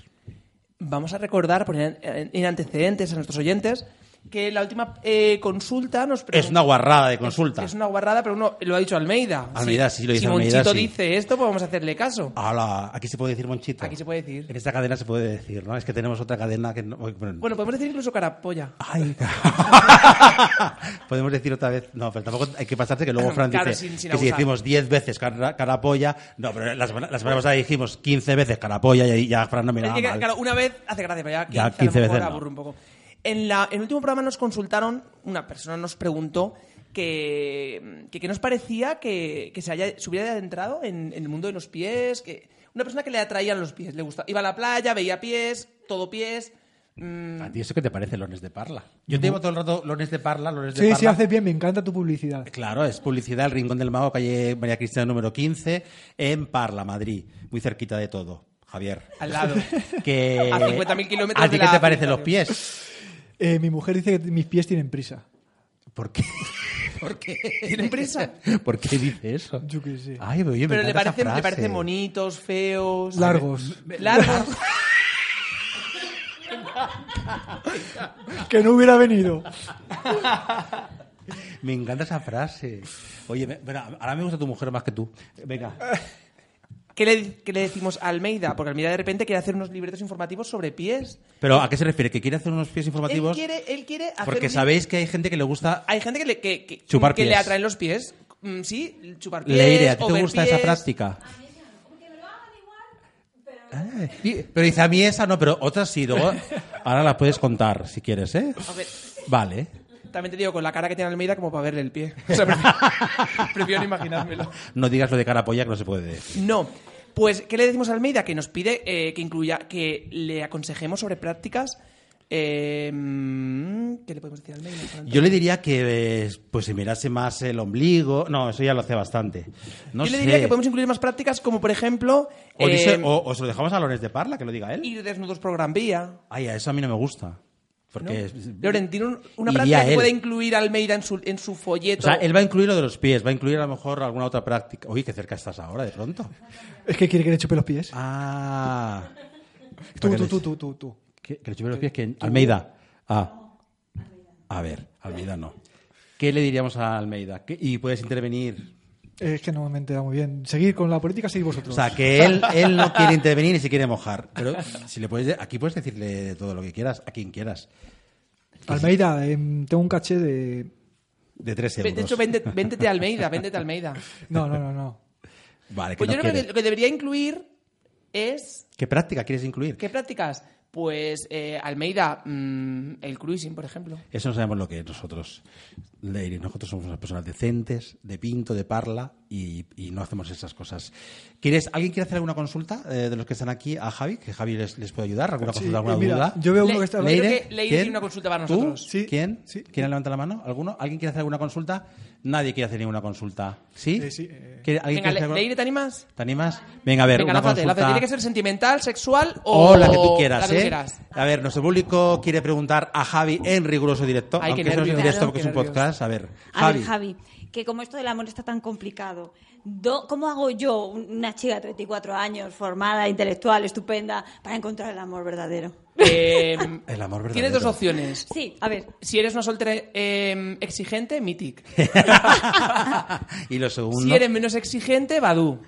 Speaker 5: Vamos a recordar, poner en- en antecedentes a nuestros oyentes, que la última eh, consulta nos
Speaker 4: Es
Speaker 5: preguntó-
Speaker 4: una guarrada de consulta.
Speaker 5: Es una guarrada, pero uno lo ha dicho Almeida.
Speaker 4: Almeida, sí, lo dice
Speaker 5: si
Speaker 4: Almeida,
Speaker 5: Monchito
Speaker 4: sí.
Speaker 5: dice esto, pues vamos a hacerle caso.
Speaker 4: Hala, aquí se puede decir monchito.
Speaker 5: Aquí se puede decir.
Speaker 4: En esta cadena se puede decir, ¿no? Es que tenemos otra cadena que no... bueno,
Speaker 5: Bueno, podemos decir incluso carapolla.
Speaker 4: Ay, podemos decir otra vez. No, pero tampoco hay que pasarse que luego Fran
Speaker 5: Claro,
Speaker 4: dice
Speaker 5: sin- sin
Speaker 4: que si
Speaker 5: abusar.
Speaker 4: decimos 10 veces cara- carapolla. No, pero la semana, la semana pasada dijimos 15 veces carapolla y ahí ya Fran no me
Speaker 5: Es
Speaker 4: daba
Speaker 5: que,
Speaker 4: mal.
Speaker 5: claro, una vez hace gracia, pero ya 15,
Speaker 4: Ya,
Speaker 5: a lo
Speaker 4: 15
Speaker 5: mejor
Speaker 4: veces no.
Speaker 5: aburre un poco. En, la, en el último programa nos consultaron, una persona nos preguntó que, que, qué nos parecía que, que se, haya, se hubiera adentrado en, en el mundo de los pies, que una persona que le atraían los pies, le gustaba, iba a la playa, veía pies, todo pies. mm,
Speaker 4: ¿A ti eso qué te parece, Lones de Parla? Yo te digo todo el rato Lones de Parla, Lones de
Speaker 6: Mm. Sí,
Speaker 4: Parla.
Speaker 6: sí, haces bien, me encanta tu publicidad.
Speaker 4: Claro, es publicidad, el Rincón del Mago, calle María Cristina número 15, en Parla, Madrid, muy cerquita de todo. Javier.
Speaker 5: al lado.
Speaker 4: Que...
Speaker 5: A 50.000 kilómetros
Speaker 4: ¿A ti
Speaker 5: de
Speaker 4: qué
Speaker 5: la
Speaker 4: te parecen los
Speaker 5: Fundación.
Speaker 4: pies?
Speaker 6: Eh, mi mujer dice que mis pies tienen prisa.
Speaker 4: ¿Por qué? ¿Por qué?
Speaker 5: ¿Tienen prisa?
Speaker 4: ¿por qué dice eso?
Speaker 6: Yo qué sé.
Speaker 4: Ay, pero yo me
Speaker 5: Pero le
Speaker 4: encanta esa
Speaker 5: parecen, le
Speaker 4: frase.
Speaker 5: parecen bonitos, feos.
Speaker 6: Largos.
Speaker 5: Largos.
Speaker 6: Que no hubiera venido.
Speaker 4: Me encanta esa frase. Oye, me- bueno, ahora me gusta tu mujer más que tú. Venga.
Speaker 5: ¿Qué le, qué le decimos a Almeida? Porque Almeida de repente quiere hacer unos libretos informativos sobre pies.
Speaker 4: Pero ¿a qué se refiere? ¿Que quiere hacer unos pies informativos?
Speaker 5: Él quiere, él quiere hacer
Speaker 4: Porque
Speaker 5: un-
Speaker 4: sabéis que hay gente que le gusta...
Speaker 5: Hay gente que le, que, que-
Speaker 4: Chupar
Speaker 5: que
Speaker 4: pies.
Speaker 5: le atraen los pies. Mm, Sí, chupar pies.
Speaker 4: Leire, ¿a ti
Speaker 5: o
Speaker 4: te
Speaker 5: ver
Speaker 4: gusta esa
Speaker 5: pies.
Speaker 4: práctica? Ah, y- Pero dice, a mí esa no, pero otras sí. Luego, ahora las puedes contar, si quieres, ¿eh?
Speaker 5: A ver,
Speaker 4: Vale.
Speaker 5: también te digo, con la cara que tiene Almeida, como para verle el pie. O sea, prefiero, prefiero no imaginármelo.
Speaker 4: No digas lo de cara a polla que no se puede decir.
Speaker 5: No. Pues, ¿qué le decimos a Almeida? Que nos pide eh, que incluya, que le aconsejemos sobre prácticas. eh, mm, ¿Qué le podemos decir a Almeida?
Speaker 4: Yo le diría que eh, pues se mirase más el ombligo. No, eso ya lo hace bastante. No
Speaker 5: Yo le
Speaker 4: sé.
Speaker 5: diría que podemos incluir más prácticas como, por ejemplo,
Speaker 4: o, dice-
Speaker 5: eh,
Speaker 4: o- o se lo dejamos a Lorenz de Parla, que lo diga él.
Speaker 5: ir desnudos por Gran Vía.
Speaker 4: Ay, a eso a mí no me gusta.
Speaker 5: ¿no?
Speaker 4: Porque es-
Speaker 5: Laurentino,
Speaker 4: Iría
Speaker 5: una práctica que
Speaker 4: él.
Speaker 5: puede incluir a Almeida en su, en su
Speaker 4: O
Speaker 5: folleto.
Speaker 4: sea, él va a incluir lo de los pies, va a incluir a lo mejor alguna otra práctica. Uy, qué cerca estás ahora, de pronto.
Speaker 6: Es que quiere que le chupe los pies.
Speaker 4: Ah.
Speaker 6: tú, tú, tú, tú, tú, tú.
Speaker 4: ¿Qué- que le chupe los pies? ¿Quién? Almeida. Ah. A ver, Almeida no. ¿Qué le diríamos a Almeida? ¿Qué- Y puedes intervenir.
Speaker 6: Es que no me he enterado muy bien. Seguir con la política, seguir
Speaker 4: O
Speaker 6: vosotros.
Speaker 4: sea, que él, él no quiere intervenir ni se quiere mojar. Pero si le puedes, de- aquí puedes decirle de todo lo que quieras, a quien quieras.
Speaker 6: Almeida, em, tengo un caché de.
Speaker 4: De tres
Speaker 5: Ve-
Speaker 4: euros.
Speaker 5: De hecho, vende- véndete a Almeida, véndete a Almeida.
Speaker 6: No, no, no, no.
Speaker 4: Vale, que
Speaker 5: Pues
Speaker 4: no
Speaker 5: yo creo que
Speaker 4: quiere.
Speaker 5: lo que debería incluir es.
Speaker 4: ¿Qué práctica quieres incluir?
Speaker 5: ¿Qué prácticas? Pues eh, Almeida, mm, el cruising, por ejemplo.
Speaker 4: Eso no sabemos lo que es nosotros. Leire, Nosotros somos unas personas decentes, de pinto, de parla y, y no hacemos esas cosas. ¿Quieres, ¿Alguien quiere hacer alguna consulta eh, de los que están aquí a Javi? Que Javi les, les puede ayudar. ¿Alguna
Speaker 6: Sí,
Speaker 4: consulta, alguna
Speaker 6: eh, mira,
Speaker 4: duda?
Speaker 6: Yo veo uno
Speaker 5: Le-
Speaker 6: que está.
Speaker 5: Leire-
Speaker 4: ¿Leire?
Speaker 5: creo que Leire
Speaker 4: ¿Quién?
Speaker 5: tiene una consulta para
Speaker 4: ¿Tú?
Speaker 5: nosotros.
Speaker 6: Sí.
Speaker 4: ¿Quién?
Speaker 6: Sí.
Speaker 4: ¿Quién levanta la mano? ¿Alguno? ¿Alguien quiere hacer alguna consulta? Nadie quiere hacer ninguna consulta. ¿Sí?
Speaker 6: Eh, sí, eh.
Speaker 4: ¿Quiere- ¿Alguien quiere
Speaker 5: Venga,
Speaker 4: hacer
Speaker 5: Le-
Speaker 4: alguna-
Speaker 5: Leire, ¿te animas?
Speaker 4: ¿Te animas? Venga, a ver,
Speaker 5: Venga,
Speaker 4: una
Speaker 5: lánzate,
Speaker 4: consulta.
Speaker 5: lánzate. ¿Tiene que ser sentimental, sexual o,
Speaker 4: O la que tú quieras,
Speaker 5: la que tú
Speaker 4: ¿eh?
Speaker 5: quieras?
Speaker 4: A ver, nuestro público quiere preguntar a Javi en riguroso directo.
Speaker 5: Ay, qué
Speaker 4: aunque eso no es en
Speaker 5: nervios.
Speaker 4: directo
Speaker 5: Claro,
Speaker 4: porque es
Speaker 5: qué
Speaker 4: un
Speaker 5: nervios.
Speaker 4: podcast. A ver,
Speaker 7: A
Speaker 4: Javi.
Speaker 7: ver, Javi, que como esto del amor está tan complicado, do- ¿cómo hago yo, una chica de 34 años, formada, intelectual, estupenda, para encontrar el amor verdadero?
Speaker 5: Eh,
Speaker 4: El amor verdadero.
Speaker 5: Tienes dos opciones.
Speaker 7: Sí, a ver.
Speaker 5: Si eres una soltera eh, exigente, Mythic.
Speaker 4: y lo segundo.
Speaker 5: Si eres menos exigente, Badu.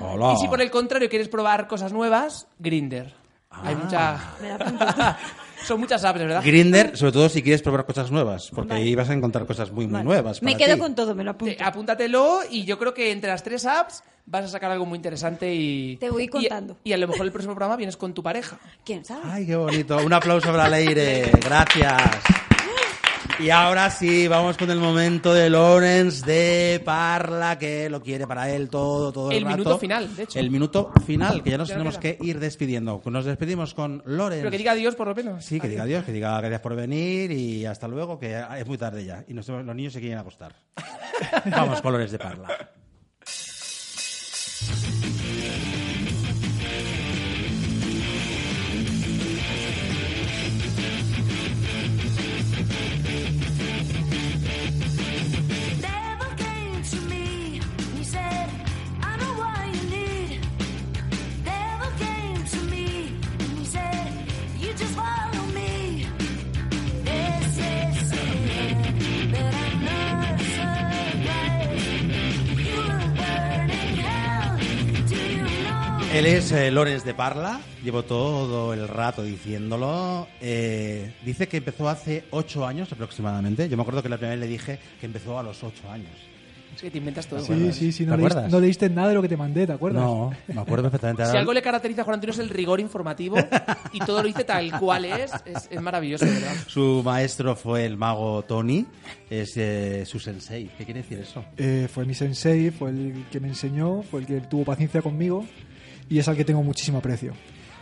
Speaker 4: Hola.
Speaker 5: Y si por el contrario quieres probar cosas nuevas, Grinder. Hay mucha...
Speaker 7: Me la apunto.
Speaker 5: Son muchas apps, ¿verdad?
Speaker 4: Grindr, sobre todo si quieres probar cosas nuevas, porque ahí vas a encontrar cosas muy, muy
Speaker 7: Vale.
Speaker 4: nuevas.
Speaker 7: Me
Speaker 4: para
Speaker 7: quedo
Speaker 4: ti.
Speaker 7: con todo, me lo apunto.
Speaker 5: Te- apúntatelo y yo creo que entre las tres apps vas a sacar algo muy interesante y...
Speaker 7: Te voy
Speaker 5: y-
Speaker 7: contando.
Speaker 5: Y, a lo mejor el próximo programa vienes con tu pareja.
Speaker 7: ¿Quién sabe?
Speaker 4: Ay, qué bonito. Un aplauso para Leire. Gracias. Y ahora sí, vamos con el momento de Lorenz de Parla, que lo quiere para él todo, todo el,
Speaker 5: El
Speaker 4: rato.
Speaker 5: minuto final, de hecho.
Speaker 4: El minuto final, que ya nos
Speaker 5: Ya no
Speaker 4: tenemos
Speaker 5: queda.
Speaker 4: que ir despidiendo. Nos despedimos con Lorenz.
Speaker 5: Pero que diga adiós por lo menos.
Speaker 4: Sí, que diga adiós, que diga gracias por venir y hasta luego, que es muy tarde ya. Y nos- los niños se quieren acostar. Vamos, colores de parla.
Speaker 2: Never came to me. He said, I know what you need. Never came to me. He said, you just follow me. Yes, yes, yeah. But I'm not surprised. You were burning hell. Do you know?
Speaker 4: Él es eh, Lorenz de Parla, llevo todo el rato diciéndolo. Eh, dice que empezó hace ocho años aproximadamente. Yo me acuerdo que la primera vez le dije que empezó a los ocho años.
Speaker 5: Es que te inventas todo.
Speaker 6: Sí, sí, sí. No
Speaker 4: ¿Te
Speaker 6: leíste,
Speaker 4: acuerdas?
Speaker 6: no leíste nada de lo que te mandé, ¿te acuerdas?
Speaker 4: No, me acuerdo perfectamente.
Speaker 5: Si
Speaker 4: Ahora-
Speaker 5: algo le caracteriza a Juan Antonio es el rigor informativo y todo lo dice tal cual es, es, es maravilloso, de ¿verdad?
Speaker 4: Su maestro fue el mago Tony, es eh, su sensei. ¿Qué quiere decir eso?
Speaker 6: Eh, fue mi sensei, fue el que me enseñó, fue el que tuvo paciencia conmigo y es al que tengo muchísimo aprecio.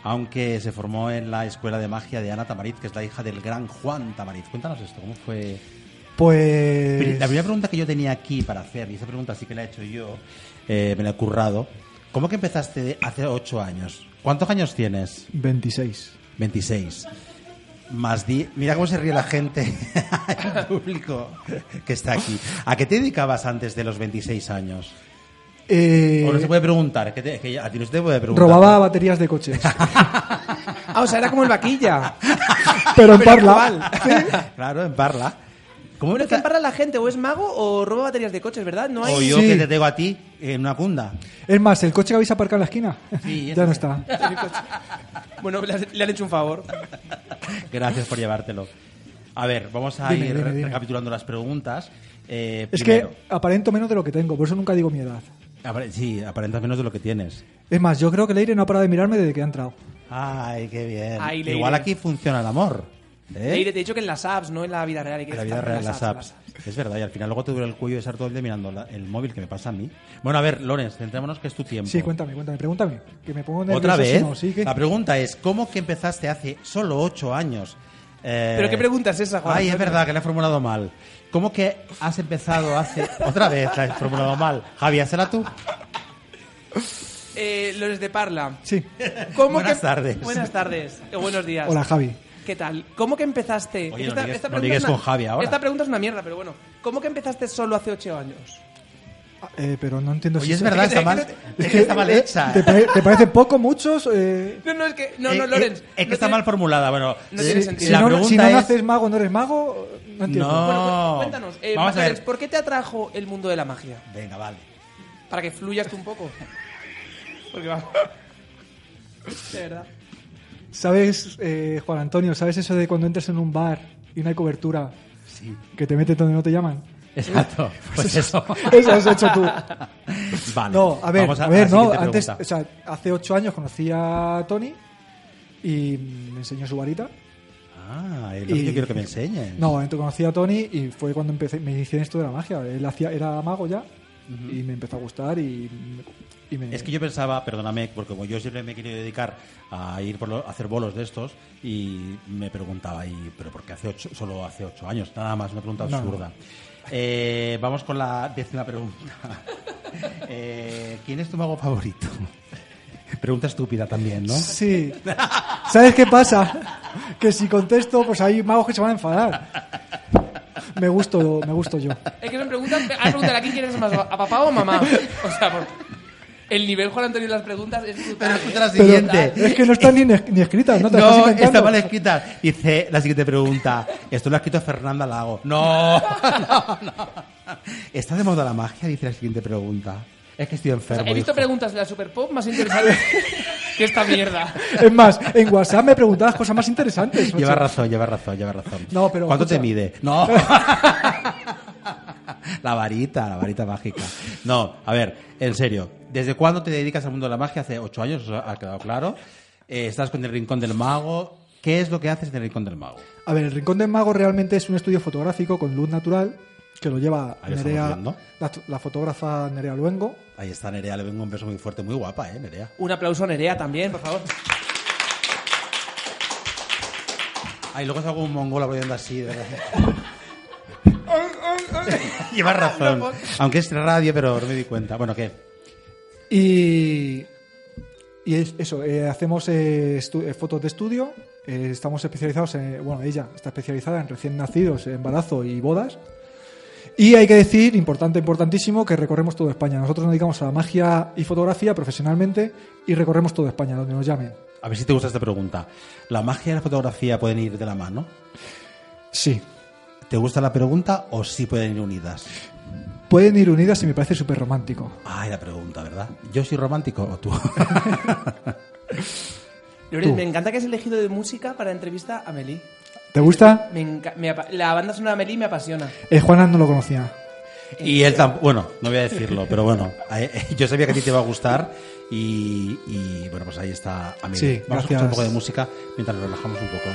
Speaker 4: aunque se formó en la escuela de magia de Ana Tamariz, que es la hija del gran Juan Tamariz. Cuéntanos esto, ¿cómo fue?
Speaker 6: Pues.
Speaker 4: La primera pregunta que yo tenía aquí para hacer, y esa pregunta sí que la he hecho yo, eh, me la he currado. ¿Cómo que empezaste de- hace 8 años? ¿Cuántos años tienes?
Speaker 6: 26.
Speaker 4: 26. Más di Mira cómo se ríe la gente, el público que está aquí. ¿A qué te dedicabas antes de los 26 años?
Speaker 6: Eh,
Speaker 4: O no se puede preguntar, que, te- que a ti no se te puede preguntar.
Speaker 6: robaba baterías de coches.
Speaker 5: Ah, o sea, era como el vaquilla.
Speaker 6: pero en
Speaker 5: actual.
Speaker 6: Parla.
Speaker 4: Claro, en Parla. ¿Cómo
Speaker 5: Pero
Speaker 4: era
Speaker 5: que para la gente o es mago o roba baterías de coches, ¿verdad? No
Speaker 4: O
Speaker 5: hay...
Speaker 4: yo
Speaker 6: Sí.
Speaker 4: que te tengo a ti en una cunda.
Speaker 6: Es más, el coche que habéis aparcado en la esquina
Speaker 4: Sí, ese.
Speaker 6: ya no está.
Speaker 5: Bueno, le, has- le han hecho un favor.
Speaker 4: Gracias por llevártelo. A ver, vamos a
Speaker 6: Dime,
Speaker 4: ir
Speaker 6: dime, dime.
Speaker 4: recapitulando las preguntas. Eh,
Speaker 6: Es que
Speaker 4: primero-
Speaker 6: aparento menos de lo que tengo, por eso nunca digo mi edad.
Speaker 4: Apare- sí, aparentas menos de lo que tienes.
Speaker 6: Es más, yo creo que Leire no ha parado de mirarme desde que ha entrado.
Speaker 4: Ay, qué bien.
Speaker 5: Ay, Leire.
Speaker 4: Igual aquí funciona el amor. ¿Eh?
Speaker 5: Leire, te he dicho que en las apps, no en la vida real. hay que
Speaker 4: En la vida
Speaker 5: estar en
Speaker 4: real, las apps. Es verdad, y al final luego te dura el cuello de estar todo el día mirando la- el móvil que me pasa a mí. Bueno, a ver, Lorenz, centrémonos que es tu tiempo.
Speaker 6: Sí, cuéntame, cuéntame, pregúntame. Que me pongo nervioso.
Speaker 4: ¿Otra
Speaker 6: si
Speaker 4: vez?
Speaker 6: no, sí, ¿qué?
Speaker 4: La pregunta es, ¿cómo que empezaste hace solo ocho años? Eh,
Speaker 5: ¿Pero qué pregunta es esa, Juan?
Speaker 4: Ay, eh. es verdad que la he formulado mal. ¿Cómo que has empezado hace... Otra vez la he formulado mal. Javi, hazla tú.
Speaker 5: Eh, Lores de Parla.
Speaker 6: Sí.
Speaker 5: ¿Cómo
Speaker 4: Buenas
Speaker 5: que-
Speaker 4: tardes.
Speaker 5: Buenas tardes. o buenos días.
Speaker 6: Hola, Javi.
Speaker 5: ¿Qué tal? ¿Cómo que
Speaker 4: Oye,
Speaker 5: empezaste?
Speaker 4: no ligues- no
Speaker 5: pregunta
Speaker 4: ligues
Speaker 5: es una-
Speaker 4: con Javi ahora.
Speaker 5: Esta pregunta es una mierda, pero bueno. ¿Cómo que empezaste solo hace ocho años?
Speaker 6: Ah, eh, pero no entiendo si
Speaker 4: Oye, es
Speaker 6: se-
Speaker 4: verdad, está mal, es que está mal
Speaker 6: eh,
Speaker 4: hecha.
Speaker 6: ¿Te, pare- te parece poco, muchos? Eh,
Speaker 5: No, no, es que. No,
Speaker 4: Eh,
Speaker 5: no,
Speaker 4: eh,
Speaker 5: Lorenz.
Speaker 4: Es,
Speaker 5: no
Speaker 4: que está
Speaker 5: tiene-
Speaker 4: mal formulado. Bueno,
Speaker 5: no
Speaker 4: eh,
Speaker 5: tiene
Speaker 6: si,
Speaker 5: sentido.
Speaker 6: si
Speaker 4: la
Speaker 6: no,
Speaker 4: pregunta
Speaker 6: si no
Speaker 4: es...
Speaker 6: naces mago, no eres mago, no entiendo.
Speaker 4: No.
Speaker 5: Bueno, cu- cuéntanos, eh,
Speaker 4: Vamos a
Speaker 5: Mercedes,
Speaker 4: ver.
Speaker 5: ¿por qué te atrajo el mundo de la magia?
Speaker 4: Venga, vale.
Speaker 5: Para que fluyas tú un poco. Porque va. De verdad.
Speaker 6: ¿Sabes, eh, Juan Antonio, sabes eso de cuando entras en un bar y no hay cobertura? Que te meten donde no te llaman.
Speaker 4: Exacto. Pues eso.
Speaker 6: Eso has hecho tú.
Speaker 4: Vale.
Speaker 6: No, a ver,
Speaker 4: Vamos
Speaker 6: a,
Speaker 4: la
Speaker 6: ver, no,
Speaker 4: siguiente
Speaker 6: antes,
Speaker 4: pregunta.
Speaker 6: o sea, hace ocho años conocí a Tony y me enseñó su varita.
Speaker 4: Ah, es lo que
Speaker 6: Y-
Speaker 4: yo quiero que me enseñen.
Speaker 6: No, entonces conocí a Tony y fue cuando empecé, me inicié en esto de la magia. Él hacía, era mago ya y me empezó a gustar y, y me...
Speaker 4: Es que yo pensaba, perdóname, porque como yo siempre me he querido dedicar a ir por lo- a hacer bolos de estos y me preguntaba, y, pero ¿por qué hace ocho, solo hace ocho años? Nada más, una pregunta
Speaker 6: No.
Speaker 4: absurda. Eh, vamos con la décima pregunta. Eh, ¿Quién es tu mago favorito? Pregunta estúpida también, ¿no?
Speaker 6: Sí. ¿Sabes qué pasa? Que si contesto, pues hay magos que se van a enfadar. Me gusto, me gusto yo.
Speaker 5: Es que me preguntan, ah, hay que preguntar a quién quieres más, a papá o a mamá. O sea, por- el nivel Juan Antonio de las preguntas es brutal.
Speaker 4: Pero escucha la
Speaker 5: ¿eh?
Speaker 6: Pero
Speaker 4: Siguiente.
Speaker 6: es que no están ni, ni escritas, no te las
Speaker 4: No,
Speaker 6: estás inventando.
Speaker 4: está mal escrita. Dice la siguiente pregunta. Esto lo ha escrito Fernanda Lago. No, no, no. ¿Está de moda la magia? Dice la siguiente pregunta. Es que estoy
Speaker 5: O
Speaker 4: enfermo.
Speaker 5: sea, he visto
Speaker 4: hijo.
Speaker 5: preguntas de la Super Pop más interesantes que esta mierda.
Speaker 6: Es más, en WhatsApp me preguntabas cosas más interesantes. macho.
Speaker 4: Lleva razón, lleva razón, lleva razón.
Speaker 6: No, pero
Speaker 4: ¿Cuánto
Speaker 6: escucha.
Speaker 4: te mide? No. la varita, la varita mágica. No, a ver, en serio. ¿Desde cuándo te dedicas al mundo de la magia? Hace ocho años, eso ha quedado claro. Eh, estás con el Rincón del Mago. ¿Qué es lo que haces en el Rincón del Mago?
Speaker 6: A ver, el Rincón del Mago realmente es un estudio fotográfico con luz natural que lo lleva
Speaker 4: Ahí lo estamos
Speaker 6: Nerea,
Speaker 4: viendo.
Speaker 6: la, la fotógrafa Nerea Luengo.
Speaker 4: Ahí está Nerea, le vengo un beso muy fuerte, muy guapa, ¿eh, Nerea?
Speaker 5: Un aplauso a Nerea también, por favor.
Speaker 4: Ay, luego salgo un mongol aplaudiendo así, de verdad. Llevas razón. Aunque es radio, pero no me di cuenta. Bueno, ¿qué?
Speaker 6: Y, y es- eso, eh, hacemos eh, estu- eh, fotos de estudio. eh, estamos especializados en, bueno, ella está especializada en recién nacidos, embarazo y bodas. Y hay que decir, importante, importantísimo, que recorremos toda España. Nosotros nos dedicamos a la magia y fotografía profesionalmente y recorremos toda España, donde nos llamen.
Speaker 4: A ver si te gusta esta pregunta. ¿La magia y la fotografía pueden ir de la mano?
Speaker 6: Sí.
Speaker 4: ¿Te gusta la pregunta o sí pueden ir unidas?
Speaker 6: Pueden ir unidas y me parece súper romántico.
Speaker 4: Ay, la pregunta, ¿verdad? ¿Yo soy romántico o tú?
Speaker 5: Lorenz, me encanta que has elegido de música para entrevista a Meli.
Speaker 6: ¿Te gusta?
Speaker 5: Me enca- me apa- la banda sonora de Meli me apasiona.
Speaker 6: Eh, Juana no lo conocía.
Speaker 4: y él tampoco... Bueno, no voy a decirlo, pero bueno. eh, eh, Yo sabía que a ti te iba a gustar y, y, bueno, pues ahí está. Amelie.
Speaker 6: Sí,
Speaker 4: Vamos a escuchar un
Speaker 6: gracias.
Speaker 4: poco de música mientras nos relajamos un poco.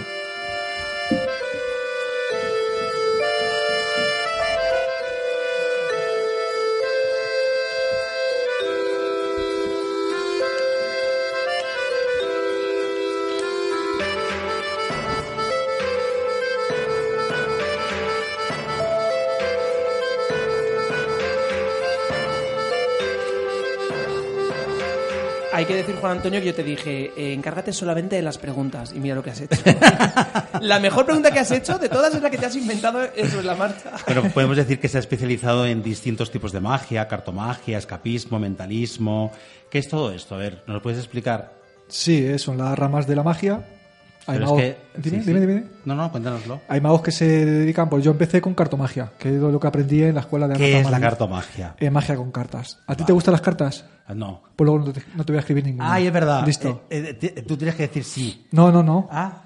Speaker 5: Hay que decir, Juan Antonio, que yo te dije, eh, encárgate solamente de las preguntas y mira lo que has hecho. la mejor pregunta que has hecho de todas es la que te has inventado eh, sobre la marcha.
Speaker 4: Pero podemos decir que se ha especializado en distintos tipos de magia, cartomagia, escapismo, mentalismo. ¿Qué es todo esto? A ver, ¿nos lo puedes explicar?
Speaker 6: Sí, eh, son las ramas de la magia. Hay
Speaker 4: Pero es
Speaker 6: magos-
Speaker 4: que-
Speaker 6: Dime,
Speaker 4: sí, sí.
Speaker 6: dime, dime.
Speaker 4: No, no, cuéntanoslo.
Speaker 6: Hay magos que se dedican, pues yo empecé con cartomagia, que es lo que aprendí en la escuela de
Speaker 4: ¿Qué
Speaker 6: Ana
Speaker 4: es la
Speaker 6: Tamariz.
Speaker 4: cartomagia?
Speaker 6: Eh, magia con cartas. ¿A ti
Speaker 4: Vale.
Speaker 6: te gustan las cartas?
Speaker 4: Ah, No.
Speaker 6: Pues luego no te, no te voy a escribir ninguna.
Speaker 4: Ay, es verdad.
Speaker 6: Listo.
Speaker 4: Eh, eh, te- tú tienes que decir sí.
Speaker 6: No, no, no.
Speaker 4: Ah.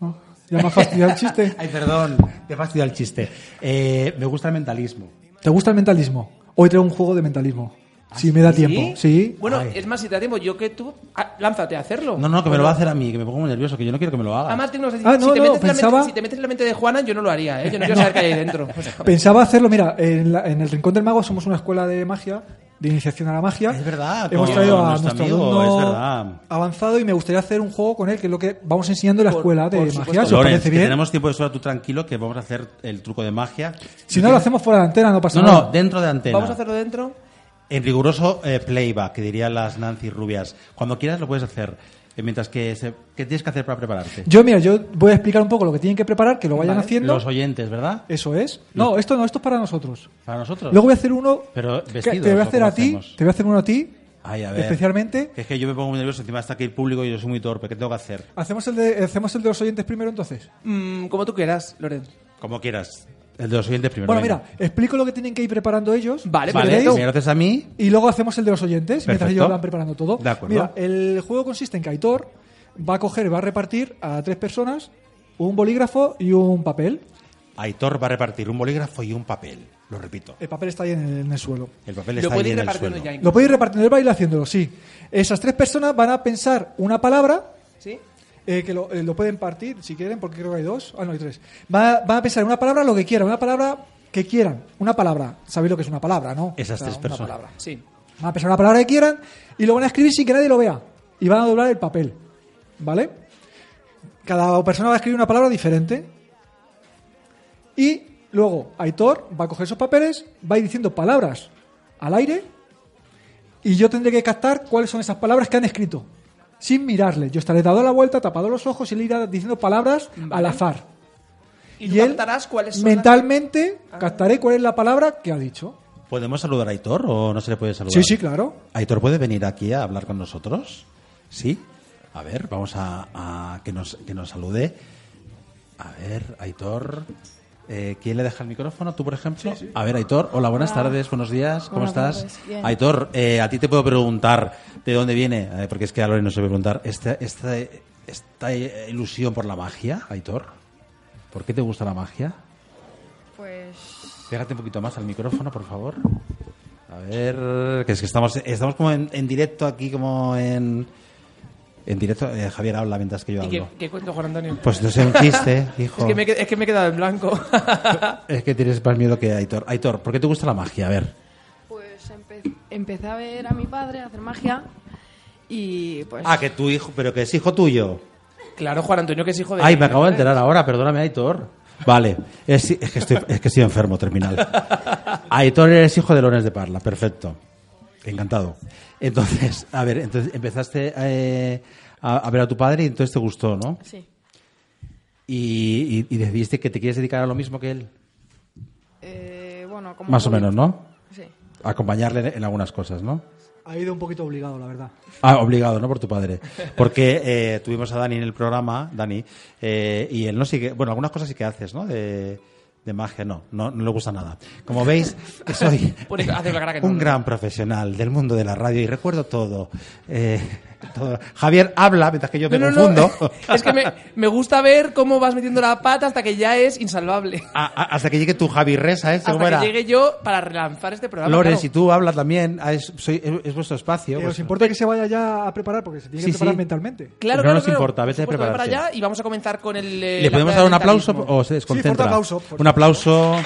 Speaker 6: no. Ya me has fastidiado el chiste.
Speaker 4: Ay, perdón, te he fastidiado el chiste. Eh, me gusta el mentalismo.
Speaker 6: ¿Te gusta el mentalismo? Hoy traigo un juego de mentalismo.
Speaker 4: ¿Ah,
Speaker 6: Si me da tiempo, sí.
Speaker 5: Bueno,
Speaker 4: Ay.
Speaker 5: es más, si te da tiempo, yo que tú, ah, lánzate a hacerlo.
Speaker 4: No, no, que me lo va a hacer
Speaker 5: Bueno,
Speaker 4: a mí, que me pongo muy nervioso, que yo no quiero que me lo haga.
Speaker 5: Además, tengo que decir,
Speaker 6: Ah, no,
Speaker 5: si, te
Speaker 6: no,
Speaker 5: metes en la
Speaker 6: pensaba-
Speaker 5: mente, si te metes en la mente de Juana, yo no lo haría, ¿eh? Yo no quiero saber qué hay ahí dentro. O sea,
Speaker 6: Pensaba hacerlo, mira, en, la- en el Rincón del Mago somos una escuela de magia, de iniciación a la magia.
Speaker 4: Es verdad,
Speaker 6: Hemos
Speaker 4: con
Speaker 6: traído a
Speaker 4: nuestro
Speaker 6: nuestro
Speaker 4: amigo,
Speaker 6: alumno
Speaker 4: es verdad.
Speaker 6: avanzado y me gustaría hacer un juego con él, que es lo que vamos enseñando en la
Speaker 5: Por-
Speaker 6: escuela de
Speaker 5: por
Speaker 6: magia.
Speaker 5: supuesto.
Speaker 6: Si os
Speaker 4: Lorenz,
Speaker 6: parece
Speaker 4: que
Speaker 6: bien.
Speaker 4: tenemos tiempo de sobra, tú tranquilo, que vamos a hacer el truco de magia.
Speaker 6: Si no, lo hacemos fuera de la antena, no pasa
Speaker 4: No,
Speaker 6: nada.
Speaker 4: no, dentro de antena.
Speaker 5: Vamos a hacerlo dentro.
Speaker 4: En riguroso eh, playback, que dirían las Nancy rubias. Cuando quieras lo puedes hacer. Eh, mientras que, se- ¿qué tienes que hacer para prepararte?
Speaker 6: Yo, mira, yo voy a explicar un poco lo que tienen que preparar, que lo vayan
Speaker 4: Vale.
Speaker 6: haciendo.
Speaker 4: Los oyentes, ¿verdad?
Speaker 6: Eso es. No, esto no, esto es para nosotros.
Speaker 4: Para nosotros.
Speaker 6: Luego voy a hacer uno.
Speaker 4: Pero
Speaker 6: que
Speaker 4: vestidos,
Speaker 6: te voy a
Speaker 4: ¿o
Speaker 6: hacer
Speaker 4: cómo
Speaker 6: a ti.
Speaker 4: hacemos?
Speaker 6: Te voy a hacer uno a ti.
Speaker 4: Ay, a ver. Eh.
Speaker 6: Especialmente.
Speaker 4: Es que yo me pongo muy nervioso encima hasta aquí el público y yo soy muy torpe. ¿Qué tengo que hacer?
Speaker 6: Hacemos el de, hacemos el de los oyentes primero, entonces.
Speaker 5: Mm, como tú quieras, Lorenzo.
Speaker 4: Como quieras. El de los oyentes primero.
Speaker 6: Bueno,
Speaker 4: venga.
Speaker 6: mira, explico lo que tienen que ir preparando ellos.
Speaker 5: Vale,
Speaker 6: si
Speaker 4: Vale,
Speaker 6: queréis,
Speaker 4: me lo haces a mí.
Speaker 6: Y luego hacemos el de los oyentes, mientras
Speaker 4: Perfecto.
Speaker 6: ellos van preparando todo.
Speaker 4: De acuerdo.
Speaker 6: Mira, el juego consiste en que Aitor va a coger y va a repartir a tres personas un bolígrafo y un papel.
Speaker 4: Aitor va a repartir un bolígrafo y un papel. Lo repito.
Speaker 6: El papel está ahí en el, en el suelo.
Speaker 4: El papel
Speaker 5: Lo
Speaker 4: está ahí
Speaker 5: puedes ir
Speaker 4: en el
Speaker 5: repartiendo
Speaker 4: suelo.
Speaker 5: ya.
Speaker 6: Lo podéis repartir, él va a ir haciéndolo, sí. Esas tres personas van a pensar una palabra
Speaker 5: ¿Sí?
Speaker 6: Eh, que lo, eh, lo pueden partir si quieren, porque creo que hay dos. Ah, no, hay tres. Va, van a pensar en una palabra lo que quieran, una palabra que quieran. Una palabra. Sabéis lo que es una palabra, ¿no?
Speaker 4: Esas tres
Speaker 6: una
Speaker 4: personas.
Speaker 6: palabra.
Speaker 5: Sí.
Speaker 6: Van a pensar una palabra que quieran y lo van a escribir sin que nadie lo vea. Y van a doblar el papel. ¿Vale? Cada persona va a escribir una palabra diferente. Y luego Aitor va a coger esos papeles, va a ir diciendo palabras al aire. Y yo tendré que captar cuáles son esas palabras que han escrito. Sin mirarle. Yo estaré dado la vuelta, tapado los ojos y le irá diciendo palabras al azar.
Speaker 5: Y, tú captarás cuáles son las- Ah.
Speaker 6: mentalmente captaré cuál es la palabra que ha dicho.
Speaker 4: ¿Podemos saludar a Aitor o no se le puede saludar?
Speaker 6: Sí, sí, claro.
Speaker 4: Aitor puede venir aquí a hablar con nosotros. Sí. A ver, vamos a, a que, nos, que nos salude. A ver, Aitor. eh, ¿Quién le deja el micrófono? ¿Tú, por ejemplo? A ver, Aitor. Hola, buenas tardes, buenos días. ¿Cómo
Speaker 8: Hola, buenas
Speaker 4: estás?
Speaker 8: tardes, bien.
Speaker 4: Aitor, eh, a ti te puedo preguntar de dónde viene, eh, porque es que a Lore no se puede preguntar, esta, esta, esta ilusión por la magia, Aitor. ¿Por qué te gusta la magia?
Speaker 8: Pues
Speaker 4: Pégate un poquito más al micrófono, por favor. A ver, que es que estamos, estamos como en, en directo aquí, como en... En directo, eh, Javier habla mientras que yo
Speaker 5: ¿Y
Speaker 4: hablo.
Speaker 5: qué, qué cuento, Juan Antonio?
Speaker 4: Pues no sé, un chiste, hijo.
Speaker 5: Es que, me, he qued- es que me he quedado en blanco.
Speaker 4: Es que tienes más miedo que Aitor. Aitor, ¿por qué te gusta la magia? A ver.
Speaker 8: pues empe- empecé a ver a mi padre hacer magia y pues
Speaker 4: Ah, que tu hijo, pero que es hijo tuyo.
Speaker 5: claro, Juan Antonio, que es hijo de.
Speaker 4: Ay, me acabo de enterar ahora, perdóname, Aitor. Vale, es, es que estoy, es que estoy enfermo, terminal. Aitor eres hijo de Lorenz de Parla, perfecto. Encantado. Entonces, a ver, entonces empezaste eh, a, a ver a tu padre y entonces te gustó, ¿no?
Speaker 8: sí.
Speaker 4: Y, y- y decidiste que te quieres dedicar a lo mismo que él.
Speaker 8: Eh, bueno, como
Speaker 4: Más o
Speaker 8: hobby.
Speaker 4: menos, ¿no?
Speaker 8: Sí.
Speaker 4: Acompañarle en algunas cosas, ¿no?
Speaker 6: Ha ido un poquito obligado, la verdad.
Speaker 4: Ah, obligado, ¿no? Por tu padre. Porque eh, tuvimos a Dani en el programa, Dani, eh, y él no sigue. Bueno, algunas cosas sí que haces, ¿no? De, de magia, no, no, no le gusta nada. Como veis, que soy
Speaker 5: Por eso hace la cara que no,
Speaker 4: un
Speaker 5: ¿no?
Speaker 4: gran profesional del mundo de la radio y recuerdo todo. eh, todo. Javier habla mientras que yo me
Speaker 5: No, no, no.
Speaker 4: confundo.
Speaker 5: Es que me, me gusta ver cómo vas metiendo la pata hasta que ya es insalvable.
Speaker 4: A- a- hasta que llegue tu Javi Resa, ¿eh? ¿Cómo
Speaker 5: Hasta
Speaker 4: era?
Speaker 5: que llegue yo para relanzar este programa.
Speaker 4: Lorenz,
Speaker 5: claro.
Speaker 4: y tú habla también. Ah, es, soy- es- es vuestro espacio.
Speaker 6: Eh, ¿Os
Speaker 4: vuestro-
Speaker 6: importa que se vaya ya a preparar? Porque se tiene que
Speaker 4: pues Sí,
Speaker 6: preparar
Speaker 4: sí.
Speaker 6: mentalmente.
Speaker 5: Claro,
Speaker 4: No
Speaker 5: claro,
Speaker 4: nos
Speaker 5: claro.
Speaker 4: importa,
Speaker 5: Por
Speaker 4: vete a
Speaker 5: supuesto, voy para
Speaker 4: prepararte.
Speaker 5: allá y vamos a comenzar con el. eh,
Speaker 4: ¿Le
Speaker 5: la
Speaker 4: podemos
Speaker 5: prueba
Speaker 4: dar un
Speaker 5: de
Speaker 4: aplauso
Speaker 5: mentalismo.
Speaker 4: o se desconcentra?
Speaker 6: fuerte aplauso, fuerte
Speaker 4: un aplauso.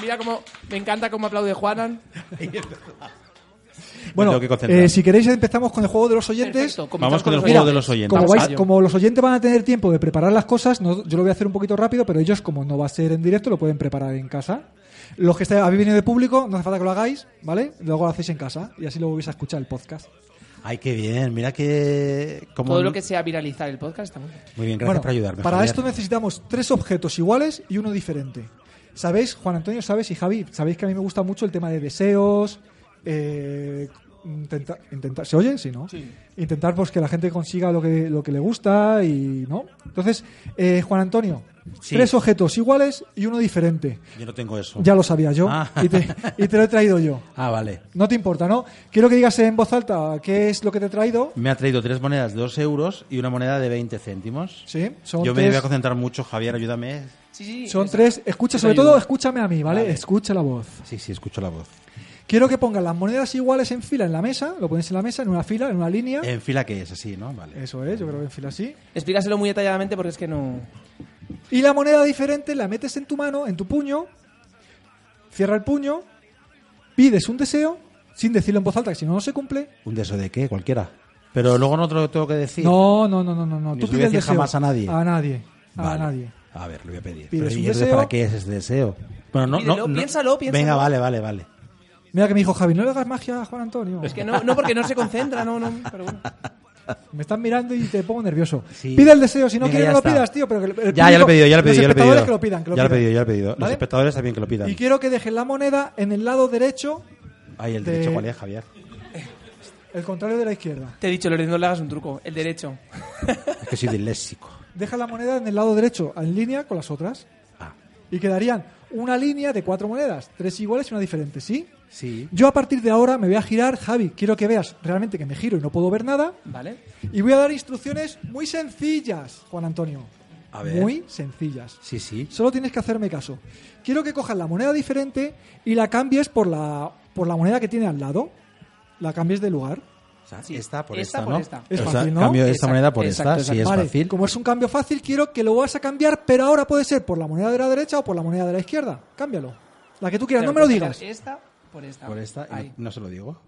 Speaker 5: Mira cómo me encanta cómo aplaude Juanan.
Speaker 6: Bueno,
Speaker 4: tengo que concentrar.
Speaker 6: eh, si queréis empezamos con el juego de los oyentes.
Speaker 5: Perfecto, comenzamos
Speaker 4: Vamos con el
Speaker 5: los
Speaker 4: juego
Speaker 5: oyentes.
Speaker 4: de los oyentes.
Speaker 6: Como,
Speaker 5: Vamos
Speaker 6: vais-
Speaker 5: a ello.
Speaker 6: como los oyentes van a tener tiempo de preparar las cosas, no- yo lo voy a hacer un poquito rápido, pero ellos, como no va a ser en directo, lo pueden preparar en casa. Los que estáis- habéis venido de público, no hace falta que lo hagáis, ¿vale? Luego lo hacéis en casa y así lo volvéis a escuchar el podcast.
Speaker 4: Ay, qué bien. Mira que... como-
Speaker 5: Todo lo que sea viralizar el podcast está muy bien.
Speaker 4: Muy bien, gracias
Speaker 6: Bueno,
Speaker 4: por ayudarme.
Speaker 6: Para
Speaker 4: Javier.
Speaker 6: esto necesitamos tres objetos iguales y uno diferente. ¿Sabéis, Juan Antonio, sabes y Javi, sabéis que a mí me gusta mucho el tema de deseos, eh, intenta- intentar, ¿se oye? Sí, ¿no? Intentar pues que la gente consiga lo que, lo que le gusta y, ¿no? Entonces, eh, Juan Antonio,
Speaker 4: Sí.
Speaker 6: tres objetos iguales y uno diferente.
Speaker 4: Yo no tengo eso.
Speaker 6: Ya lo sabía yo
Speaker 4: Ah.
Speaker 6: y, te, y te lo he traído yo.
Speaker 4: Ah, vale.
Speaker 6: No te importa, ¿no? Quiero que digas en voz alta qué es lo que te he traído.
Speaker 4: Me ha traído tres monedas de dos euros y una moneda de 20 céntimos.
Speaker 6: Sí, son
Speaker 4: Yo me
Speaker 6: tres-
Speaker 4: voy a concentrar mucho, Javier, ayúdame.
Speaker 5: Sí, sí.
Speaker 6: Son tres. Escucha, sobre
Speaker 4: ayuda.
Speaker 6: todo, escúchame a mí, ¿vale? Escucha la voz.
Speaker 4: Sí, sí, escucho la voz.
Speaker 6: Quiero que pongan las monedas iguales en fila en la mesa. Lo pones en la mesa, en una fila, en una línea.
Speaker 4: En fila que es así, ¿no? Vale.
Speaker 6: Eso es, yo creo que en fila así.
Speaker 5: Explícaselo muy detalladamente porque es que no.
Speaker 6: Y la moneda diferente la metes en tu mano, en tu puño, cierra el puño, pides un deseo, sin decirlo en voz alta, que si no, no se cumple.
Speaker 4: ¿Un deseo de qué? Cualquiera. Pero luego no te lo tengo que decir.
Speaker 6: No, no, no, no, no. no.
Speaker 4: Ni
Speaker 6: Tú
Speaker 4: se lo
Speaker 6: pides el
Speaker 4: decir
Speaker 6: deseo.
Speaker 4: jamás a nadie.
Speaker 6: A nadie. A
Speaker 4: Vale.
Speaker 6: nadie.
Speaker 4: A ver, lo voy a pedir.
Speaker 6: Pides
Speaker 4: Pero
Speaker 6: un
Speaker 4: ¿y eso
Speaker 6: deseo.
Speaker 4: para qué es ese deseo? Bueno, no,
Speaker 5: Pídelo,
Speaker 4: no, no.
Speaker 5: piénsalo, piénsalo.
Speaker 4: Venga, vale, vale, vale.
Speaker 6: Mira que me dijo Javi, no le hagas magia a Juan Antonio.
Speaker 5: Es que no, no porque no se concentra, no, no. Pero bueno.
Speaker 6: Me estás mirando y te pongo nervioso.
Speaker 4: Sí.
Speaker 6: Pide el deseo, si no
Speaker 4: Venga,
Speaker 6: quieres
Speaker 4: ya
Speaker 6: no lo
Speaker 4: está.
Speaker 6: pidas, tío. Pero que el- el
Speaker 4: Ya, ya lo he
Speaker 6: público-
Speaker 4: pedido, ya lo he
Speaker 6: Eh, los
Speaker 4: pedido, ya lo he pedido.
Speaker 6: espectadores que lo pidan, que lo
Speaker 4: ya lo he
Speaker 6: pidan.
Speaker 4: pedido, ya lo he pedido. Los
Speaker 6: ¿Vale?
Speaker 4: espectadores también que lo pidan.
Speaker 6: Y quiero que dejes la moneda en el lado derecho,
Speaker 4: Ay, el
Speaker 6: de-
Speaker 4: derecho cuál es, Javier.
Speaker 6: el contrario de la izquierda.
Speaker 5: Te he dicho, Lorenzo, no le hagas un truco. El derecho.
Speaker 4: Es que soy disléxico.
Speaker 6: Deja la moneda en el lado derecho, en línea con las otras.
Speaker 4: Ah,
Speaker 6: Y quedarían una línea de cuatro monedas, tres iguales y una diferente, ¿sí?
Speaker 4: sí.
Speaker 6: Yo a partir de ahora me voy a girar, Javi, quiero que veas realmente que me giro y no puedo ver nada.
Speaker 5: ¿Vale?
Speaker 6: Y voy a dar instrucciones muy sencillas, Juan Antonio.
Speaker 4: A ver.
Speaker 6: Muy sencillas.
Speaker 4: Sí, sí.
Speaker 6: Solo tienes que hacerme caso. Quiero que cojas la moneda diferente y la cambies por la, por la moneda que tiene al lado. La cambies de lugar.
Speaker 4: O sea, esta por
Speaker 5: Esta
Speaker 4: esta,
Speaker 5: por
Speaker 4: ¿no?
Speaker 5: esta.
Speaker 6: Es
Speaker 4: O sea,
Speaker 6: fácil, ¿no?
Speaker 4: Cambio esta
Speaker 5: Exacto,
Speaker 4: moneda por
Speaker 5: exacto,
Speaker 4: esta, sí,
Speaker 5: exacto.
Speaker 4: es
Speaker 6: vale,
Speaker 4: fácil.
Speaker 6: como es un cambio fácil, quiero que lo vas a cambiar, pero ahora puede ser por la moneda de la derecha o por la moneda de la izquierda. Cámbialo. La que tú quieras, no me lo digas.
Speaker 5: Esta por esta.
Speaker 4: Por e- esta, y
Speaker 5: Ahí.
Speaker 4: no, no se lo digo.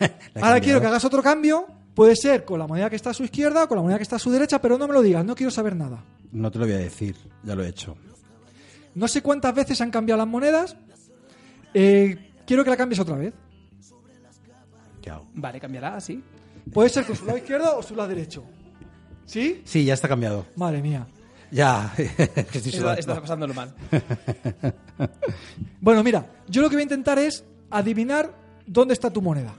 Speaker 5: eh,
Speaker 6: Ahora quiero que hagas otro cambio. Puede ser con la moneda que está a su izquierda o con la moneda que está a su derecha, pero no me lo digas, no quiero saber nada.
Speaker 4: No te lo voy a decir, ya lo he hecho.
Speaker 6: No sé cuántas veces han cambiado las monedas. Eh, quiero que la cambies otra vez.
Speaker 4: ¿Qué hago?
Speaker 5: Vale, cambiará así.
Speaker 6: Puede ser con su lado izquierdo o su lado derecho. ¿Sí?
Speaker 4: Sí, ya está cambiado.
Speaker 6: Madre mía.
Speaker 4: Ya. que estoy
Speaker 5: Está,
Speaker 4: sudando.
Speaker 5: está pasándolo mal.
Speaker 6: Bueno, mira, yo lo que voy a intentar es adivinar dónde está tu moneda.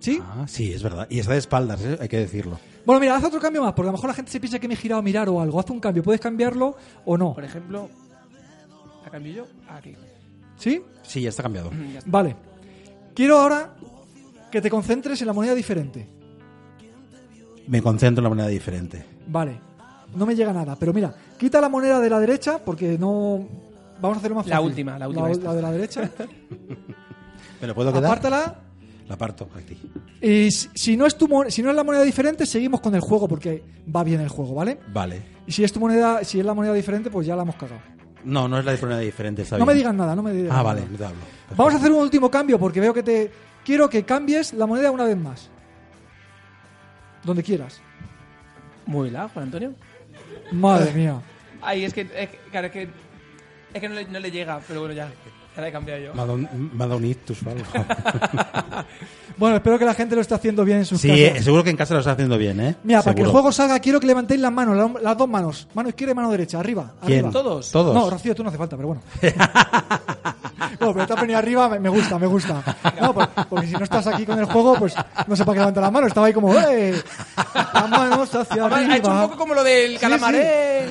Speaker 6: ¿Sí?
Speaker 4: Ah, sí, es verdad. Y está de espaldas, ¿eh? hay que decirlo.
Speaker 6: Bueno, mira, haz otro cambio más, porque a lo mejor la gente se piensa que me he girado a mirar o algo. Haz un cambio, puedes cambiarlo o no.
Speaker 5: Por ejemplo, la cambio yo aquí.
Speaker 6: ¿Sí?
Speaker 4: Sí, ya está cambiado.
Speaker 5: Mm.
Speaker 6: Vale. Quiero ahora que te concentres en la moneda diferente.
Speaker 4: Me concentro en la moneda diferente.
Speaker 6: Vale. No me llega nada, pero mira, quita la moneda de la derecha porque no. Vamos a hacerlo más
Speaker 5: La
Speaker 6: fácil.
Speaker 5: última, la última esta.
Speaker 6: la de la derecha.
Speaker 4: ¿Me lo puedo quedar?
Speaker 6: Apártala.
Speaker 4: La parto aquí.
Speaker 6: Y si si no, es tu mon- si no es la moneda diferente, seguimos con el juego porque va bien el juego, ¿vale?
Speaker 4: Vale.
Speaker 6: Y si es tu moneda, si es la moneda diferente, pues ya la hemos cagado.
Speaker 4: No, no es la moneda diferente, está
Speaker 6: No me
Speaker 4: bien.
Speaker 6: digas nada, no me digas
Speaker 4: Ah,
Speaker 6: nada.
Speaker 4: vale, no te hablo.
Speaker 6: Vamos a hacer un último cambio porque veo que te. Quiero que cambies la moneda una vez más. Donde quieras.
Speaker 5: Muévela, Juan Antonio.
Speaker 6: Madre mía.
Speaker 5: Ay, es que, es que- claro, es que, es que no, le, no le llega, pero bueno, ya. Ya la he cambiado yo.
Speaker 4: Me ha dado un, me ha dado un ictus o algo.
Speaker 6: Bueno, espero que la gente lo esté haciendo bien en sus
Speaker 4: sí,
Speaker 6: casas.
Speaker 4: eh, seguro que en casa lo está haciendo bien, ¿eh?
Speaker 6: Mira, para que el
Speaker 4: Seguro.
Speaker 6: juego salga, quiero que levantéis las manos, la- las dos manos. Mano izquierda y mano derecha, arriba.
Speaker 4: ¿Quién?
Speaker 6: arriba.
Speaker 5: Todos.
Speaker 4: Todos.
Speaker 6: No, Rocío, tú no hace falta, pero bueno. no, pero te has venido arriba, me- me gusta, me gusta. No, por- porque si no estás aquí con el juego, pues no sé para qué levantar las manos. Estaba ahí como, ¡eh! Las manos hacia
Speaker 5: Además,
Speaker 6: arriba.
Speaker 5: ha hecho un poco como lo del
Speaker 6: Sí,
Speaker 5: calamar.
Speaker 6: sí.
Speaker 5: ¡eh!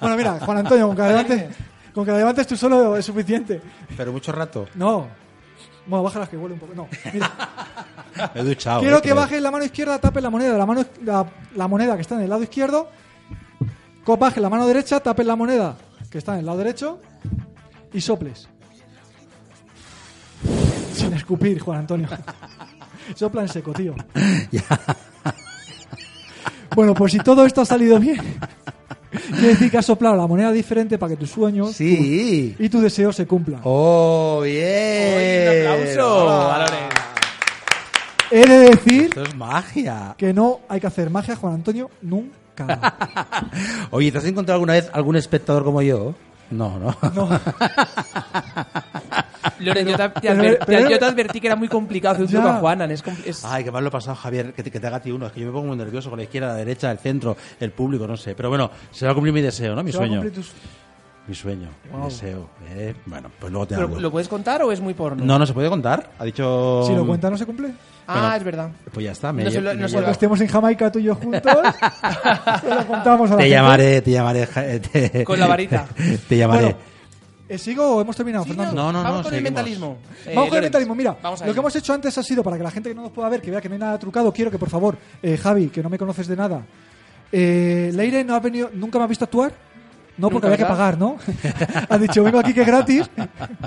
Speaker 6: Bueno, mira, Juan Antonio, con que la levantes, con que la levantes tú solo es suficiente.
Speaker 4: Pero mucho rato.
Speaker 6: No. Bueno, bájalas que huele un poco. No, mira.
Speaker 4: Me he duchado.
Speaker 6: Quiero
Speaker 4: eh,
Speaker 6: que
Speaker 4: creo.
Speaker 6: bajes la mano izquierda, tapes la moneda, la, mano, la, la moneda que está en el lado izquierdo. Co- Bajes la mano derecha, tapes la moneda que está en el lado derecho y soples. Sin escupir, Juan Antonio. Sopla en seco, tío.
Speaker 4: Ya.
Speaker 6: Bueno, pues si todo esto ha salido bien, quiere decir que has soplado la moneda diferente para que tus sueños
Speaker 4: Sí.
Speaker 6: y tu deseo se cumplan.
Speaker 4: ¡Oh, bien!
Speaker 5: Oye, un aplauso,
Speaker 4: Ah,
Speaker 5: Valores.
Speaker 6: He de decir
Speaker 4: Esto es magia.
Speaker 6: que no hay que hacer magia, Juan Antonio, nunca.
Speaker 4: Oye, ¿te has encontrado alguna vez algún espectador como yo? No, no.
Speaker 6: No.
Speaker 5: Loren, yo te, te
Speaker 6: pero-
Speaker 5: adver-
Speaker 6: pero-
Speaker 5: yo te advertí que era muy complicado hacer un
Speaker 6: Ya.
Speaker 5: truco a Juanan. Es, compl- es-
Speaker 4: Ay, que mal lo he pasado, Javier, que te, que te haga a ti uno. Es que yo me pongo muy nervioso con la izquierda, la derecha, el centro, el público, no sé. Pero bueno, se va a cumplir mi deseo, ¿no? Mi
Speaker 6: Se va a
Speaker 4: sueño.
Speaker 6: cumplir tus-
Speaker 4: Mi sueño, mi deseo. ¿eh? Bueno, pues luego te
Speaker 5: ¿Pero
Speaker 4: hablo.
Speaker 5: ¿Lo puedes contar o es muy porno?
Speaker 4: No, no se puede contar. Ha dicho.
Speaker 6: Si lo cuentas, no se cumple.
Speaker 5: Ah,
Speaker 4: Bueno.
Speaker 5: es verdad.
Speaker 4: Pues ya está. Me
Speaker 5: No se lo- no
Speaker 4: me-
Speaker 5: se
Speaker 6: Cuando
Speaker 5: lo-
Speaker 6: estemos en Jamaica tú y yo juntos, se lo contamos a la
Speaker 4: Te
Speaker 6: gente.
Speaker 4: llamaré, te llamaré. ja- eh, te-
Speaker 5: Con la varita.
Speaker 4: Te llamaré.
Speaker 6: Bueno, ¿eh, ¿Sigo o hemos terminado, Fernando?
Speaker 4: No, no,
Speaker 5: Vamos
Speaker 4: no,
Speaker 5: con
Speaker 4: seguimos.
Speaker 5: el mentalismo. Eh,
Speaker 6: Vamos con el
Speaker 5: Loren,
Speaker 6: mentalismo. Mira,
Speaker 5: vamos a
Speaker 6: lo
Speaker 5: ello.
Speaker 6: que hemos hecho antes ha sido, para que la gente que no nos pueda ver, que vea que no hay nada trucado, quiero que por favor, eh, Javi, que no me conoces de nada, eh, Leire, ¿no has venido, ¿nunca me has visto actuar? No,
Speaker 5: Nunca,
Speaker 6: porque había que
Speaker 5: ¿verdad?
Speaker 6: pagar, ¿no? Han dicho, vengo aquí que es gratis.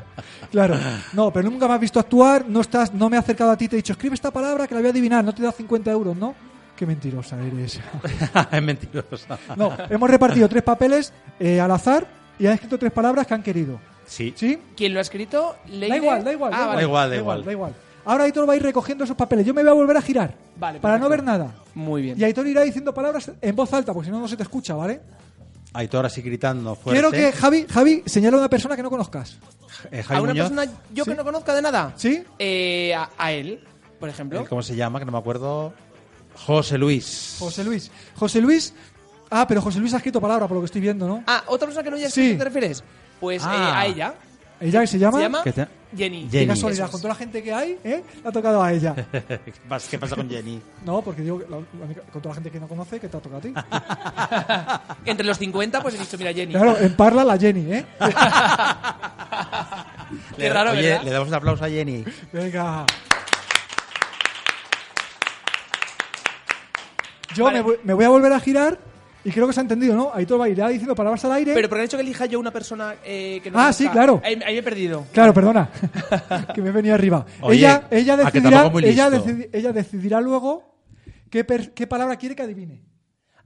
Speaker 6: claro. No, pero nunca me has visto actuar, no estás, no me he acercado a ti, te he dicho, escribe esta palabra que la voy a adivinar, no te da 50 euros, ¿no? Qué mentirosa eres.
Speaker 4: es mentirosa.
Speaker 6: no, hemos repartido tres papeles eh, al azar y han escrito tres palabras que han querido.
Speaker 4: Sí.
Speaker 6: ¿Sí?
Speaker 5: ¿Quién lo ha escrito? Leire-
Speaker 6: Da igual, da igual.
Speaker 5: Ah,
Speaker 6: da,
Speaker 5: vale.
Speaker 6: igual
Speaker 4: Da igual, da
Speaker 6: Ahora Aitor va a ir recogiendo esos papeles. Yo me voy a volver a girar
Speaker 5: Vale,
Speaker 6: para
Speaker 5: perfecto.
Speaker 6: no ver nada.
Speaker 5: Muy bien.
Speaker 6: Y Aitor irá diciendo palabras en voz alta, porque si no, no se te escucha, ¿vale?
Speaker 4: Aitor así gritando fuerte.
Speaker 6: Quiero que Javi, Javi señala a una persona que no conozcas.
Speaker 4: Eh,
Speaker 5: ¿A
Speaker 4: Javi
Speaker 5: una
Speaker 4: Muñoz,
Speaker 5: persona yo
Speaker 6: Sí.
Speaker 5: que no conozca de nada?
Speaker 6: ¿Sí?
Speaker 5: Eh, a, a él, por
Speaker 6: Eh,
Speaker 5: ejemplo.
Speaker 4: eh, ¿Cómo se llama? Que no me acuerdo. José Luis.
Speaker 6: José Luis. José Luis. Ah, pero José Luis ha escrito palabra, por lo que estoy viendo, ¿no?
Speaker 5: Ah, otra persona que no haya
Speaker 6: Sí.
Speaker 5: escrito, ¿te refieres? Pues eh,
Speaker 4: Ah.
Speaker 5: a ella.
Speaker 6: ¿Ella que se llama?
Speaker 5: ¿Se llama?
Speaker 4: ¿Qué te-
Speaker 5: Jenny.
Speaker 4: Jenny.
Speaker 6: Qué
Speaker 5: Eso
Speaker 6: casualidad,
Speaker 5: es.
Speaker 6: con toda la gente que hay, ¿eh? Le ha tocado a ella.
Speaker 4: ¿Qué pasa, qué pasa con Jenny?
Speaker 6: No, porque digo, que la- la única- con toda la gente que no conoce, que te ha tocado a ti.
Speaker 5: Entre los 50, pues he dicho, mira, Jenny.
Speaker 6: Claro, en parla la Jenny, ¿eh?
Speaker 5: Qué raro,
Speaker 4: Oye,
Speaker 5: ¿verdad?
Speaker 4: le damos un aplauso a Jenny.
Speaker 6: Venga. Yo
Speaker 5: Vale.
Speaker 6: me, voy, me voy a volver a girar y creo que se ha entendido, ¿no? Aitor va irá diciendo palabras al aire.
Speaker 5: Pero por el hecho que elija yo una persona eh, que no
Speaker 6: Ah,
Speaker 5: conozca-
Speaker 6: sí, claro.
Speaker 5: Ahí, ahí me he perdido.
Speaker 6: Claro, perdona, que me venía arriba.
Speaker 4: Oye,
Speaker 6: ella, ella,
Speaker 4: a que
Speaker 6: decidirá,
Speaker 4: tampoco es muy
Speaker 6: ella,
Speaker 4: listo.
Speaker 6: decidi- ella decidirá luego qué, per- qué palabra quiere que adivine.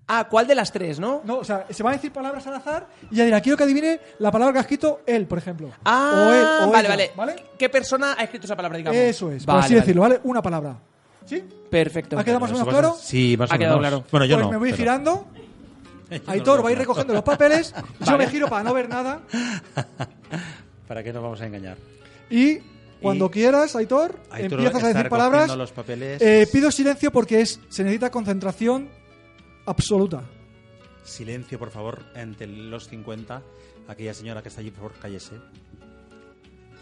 Speaker 5: Ah, ¿cuál de las tres, no?
Speaker 6: No, o sea, se van a decir palabras al azar y ella dirá, quiero que adivine la palabra que ha escrito él, por ejemplo.
Speaker 5: Ah,
Speaker 6: o él, o
Speaker 5: vale,
Speaker 6: ella,
Speaker 5: vale,
Speaker 6: ¿vale?
Speaker 5: ¿Qué persona ha escrito esa palabra, digamos?
Speaker 6: Eso es, por
Speaker 5: Vale,
Speaker 6: así
Speaker 5: vale.
Speaker 6: decirlo, ¿vale? Una palabra. ¿Sí?
Speaker 5: Perfecto.
Speaker 6: ¿Ha quedado más o menos
Speaker 4: ¿Eso
Speaker 6: claro?
Speaker 4: pasa? Sí, más
Speaker 5: Ha
Speaker 4: o menos.
Speaker 5: quedado claro.
Speaker 4: Bueno, yo
Speaker 6: pues
Speaker 4: no.
Speaker 6: me voy
Speaker 4: pero-
Speaker 6: girando.
Speaker 4: lo
Speaker 6: Aitor va a ir
Speaker 4: veo.
Speaker 6: recogiendo los papeles. Yo
Speaker 5: Vale.
Speaker 6: me giro para no ver nada.
Speaker 4: ¿Para qué nos vamos a engañar?
Speaker 6: Y cuando quieras, Aitor,
Speaker 4: Aitor
Speaker 6: empiezas
Speaker 4: está
Speaker 6: a decir
Speaker 4: recogiendo
Speaker 6: palabras.
Speaker 4: los papeles.
Speaker 6: Eh, pido silencio porque es, se necesita concentración absoluta.
Speaker 4: Silencio, por favor, ante los 50. Aquella señora que está allí, por favor, cállese.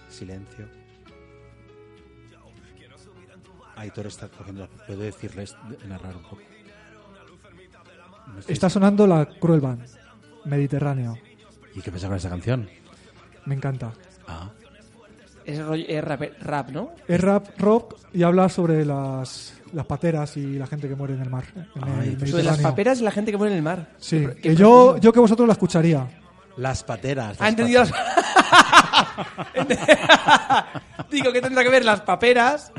Speaker 4: Silencio. Aitor está cogiendo. Puedo decirles de- narrar un poco. No estoy-
Speaker 6: Está sonando la Cruel Band. Mediterráneo.
Speaker 4: ¿Y qué pasa con esa canción?
Speaker 6: Me encanta.
Speaker 4: Ah,
Speaker 5: Es, rollo- es rap, rap, ¿no?
Speaker 6: Es rap rock y habla sobre las, las pateras y la gente que muere en el mar. En
Speaker 4: Ay,
Speaker 6: el
Speaker 4: pues
Speaker 5: Sobre las
Speaker 6: Mediterráneo.
Speaker 5: paperas y la gente que muere en el mar.
Speaker 6: Sí,
Speaker 5: Qué-
Speaker 6: que
Speaker 5: qué
Speaker 6: yo,
Speaker 5: profundo.
Speaker 6: yo que vosotros la escucharía.
Speaker 4: las pateras.
Speaker 5: ¿Ha
Speaker 4: las
Speaker 5: entendido?
Speaker 4: pateras.
Speaker 5: Digo, ¿qué tendrá que ver las paperas?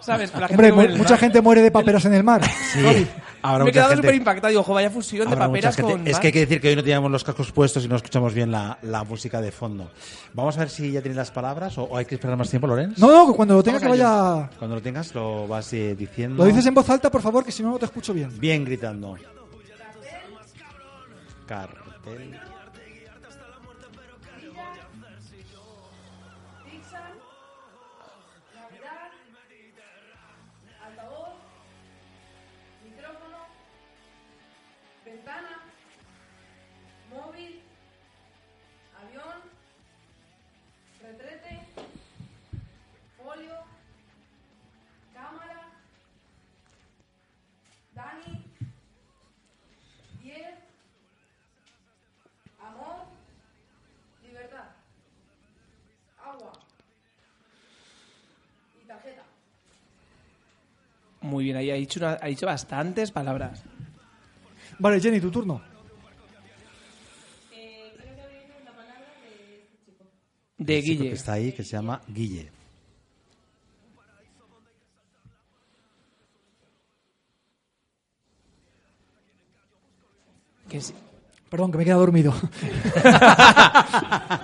Speaker 5: ¿Sabes? Con la gente
Speaker 6: Hombre,
Speaker 5: que muere
Speaker 6: mu-
Speaker 5: en el
Speaker 6: mucha
Speaker 5: mar.
Speaker 6: gente muere de paperas en el mar.
Speaker 4: Sí. Habrá
Speaker 5: Me he
Speaker 4: mucha
Speaker 5: quedado
Speaker 4: gente-
Speaker 5: súper impactado. Digo, ojo, vaya fusión de
Speaker 4: habrá mucha
Speaker 5: paperas
Speaker 4: gente-
Speaker 5: con.
Speaker 4: Es
Speaker 5: mar.
Speaker 4: que hay que decir que hoy no teníamos los cascos puestos y no escuchamos bien la, la música de fondo. Vamos a ver si ya tienes las palabras o, o hay que esperar más tiempo, Lorenz.
Speaker 6: No, no, que cuando lo tenga que
Speaker 5: Vamos a
Speaker 6: vaya.
Speaker 4: Cuando lo tengas lo vas eh, diciendo.
Speaker 6: Lo dices en voz alta, por favor, que si no, no te escucho bien.
Speaker 4: Bien gritando. Cartel.
Speaker 8: Ventana, móvil, avión, retrete, folio, cámara, Dani, 10, amor, libertad, agua y tarjeta.
Speaker 5: Muy bien, ahí ha dicho, una- ha dicho bastantes palabras.
Speaker 6: Vale, Jenny, tu turno.
Speaker 5: De
Speaker 4: El Este chico
Speaker 5: Guille.
Speaker 4: Que está ahí, que se llama Guille.
Speaker 5: Que sí.
Speaker 6: Perdón, que me he quedado dormido.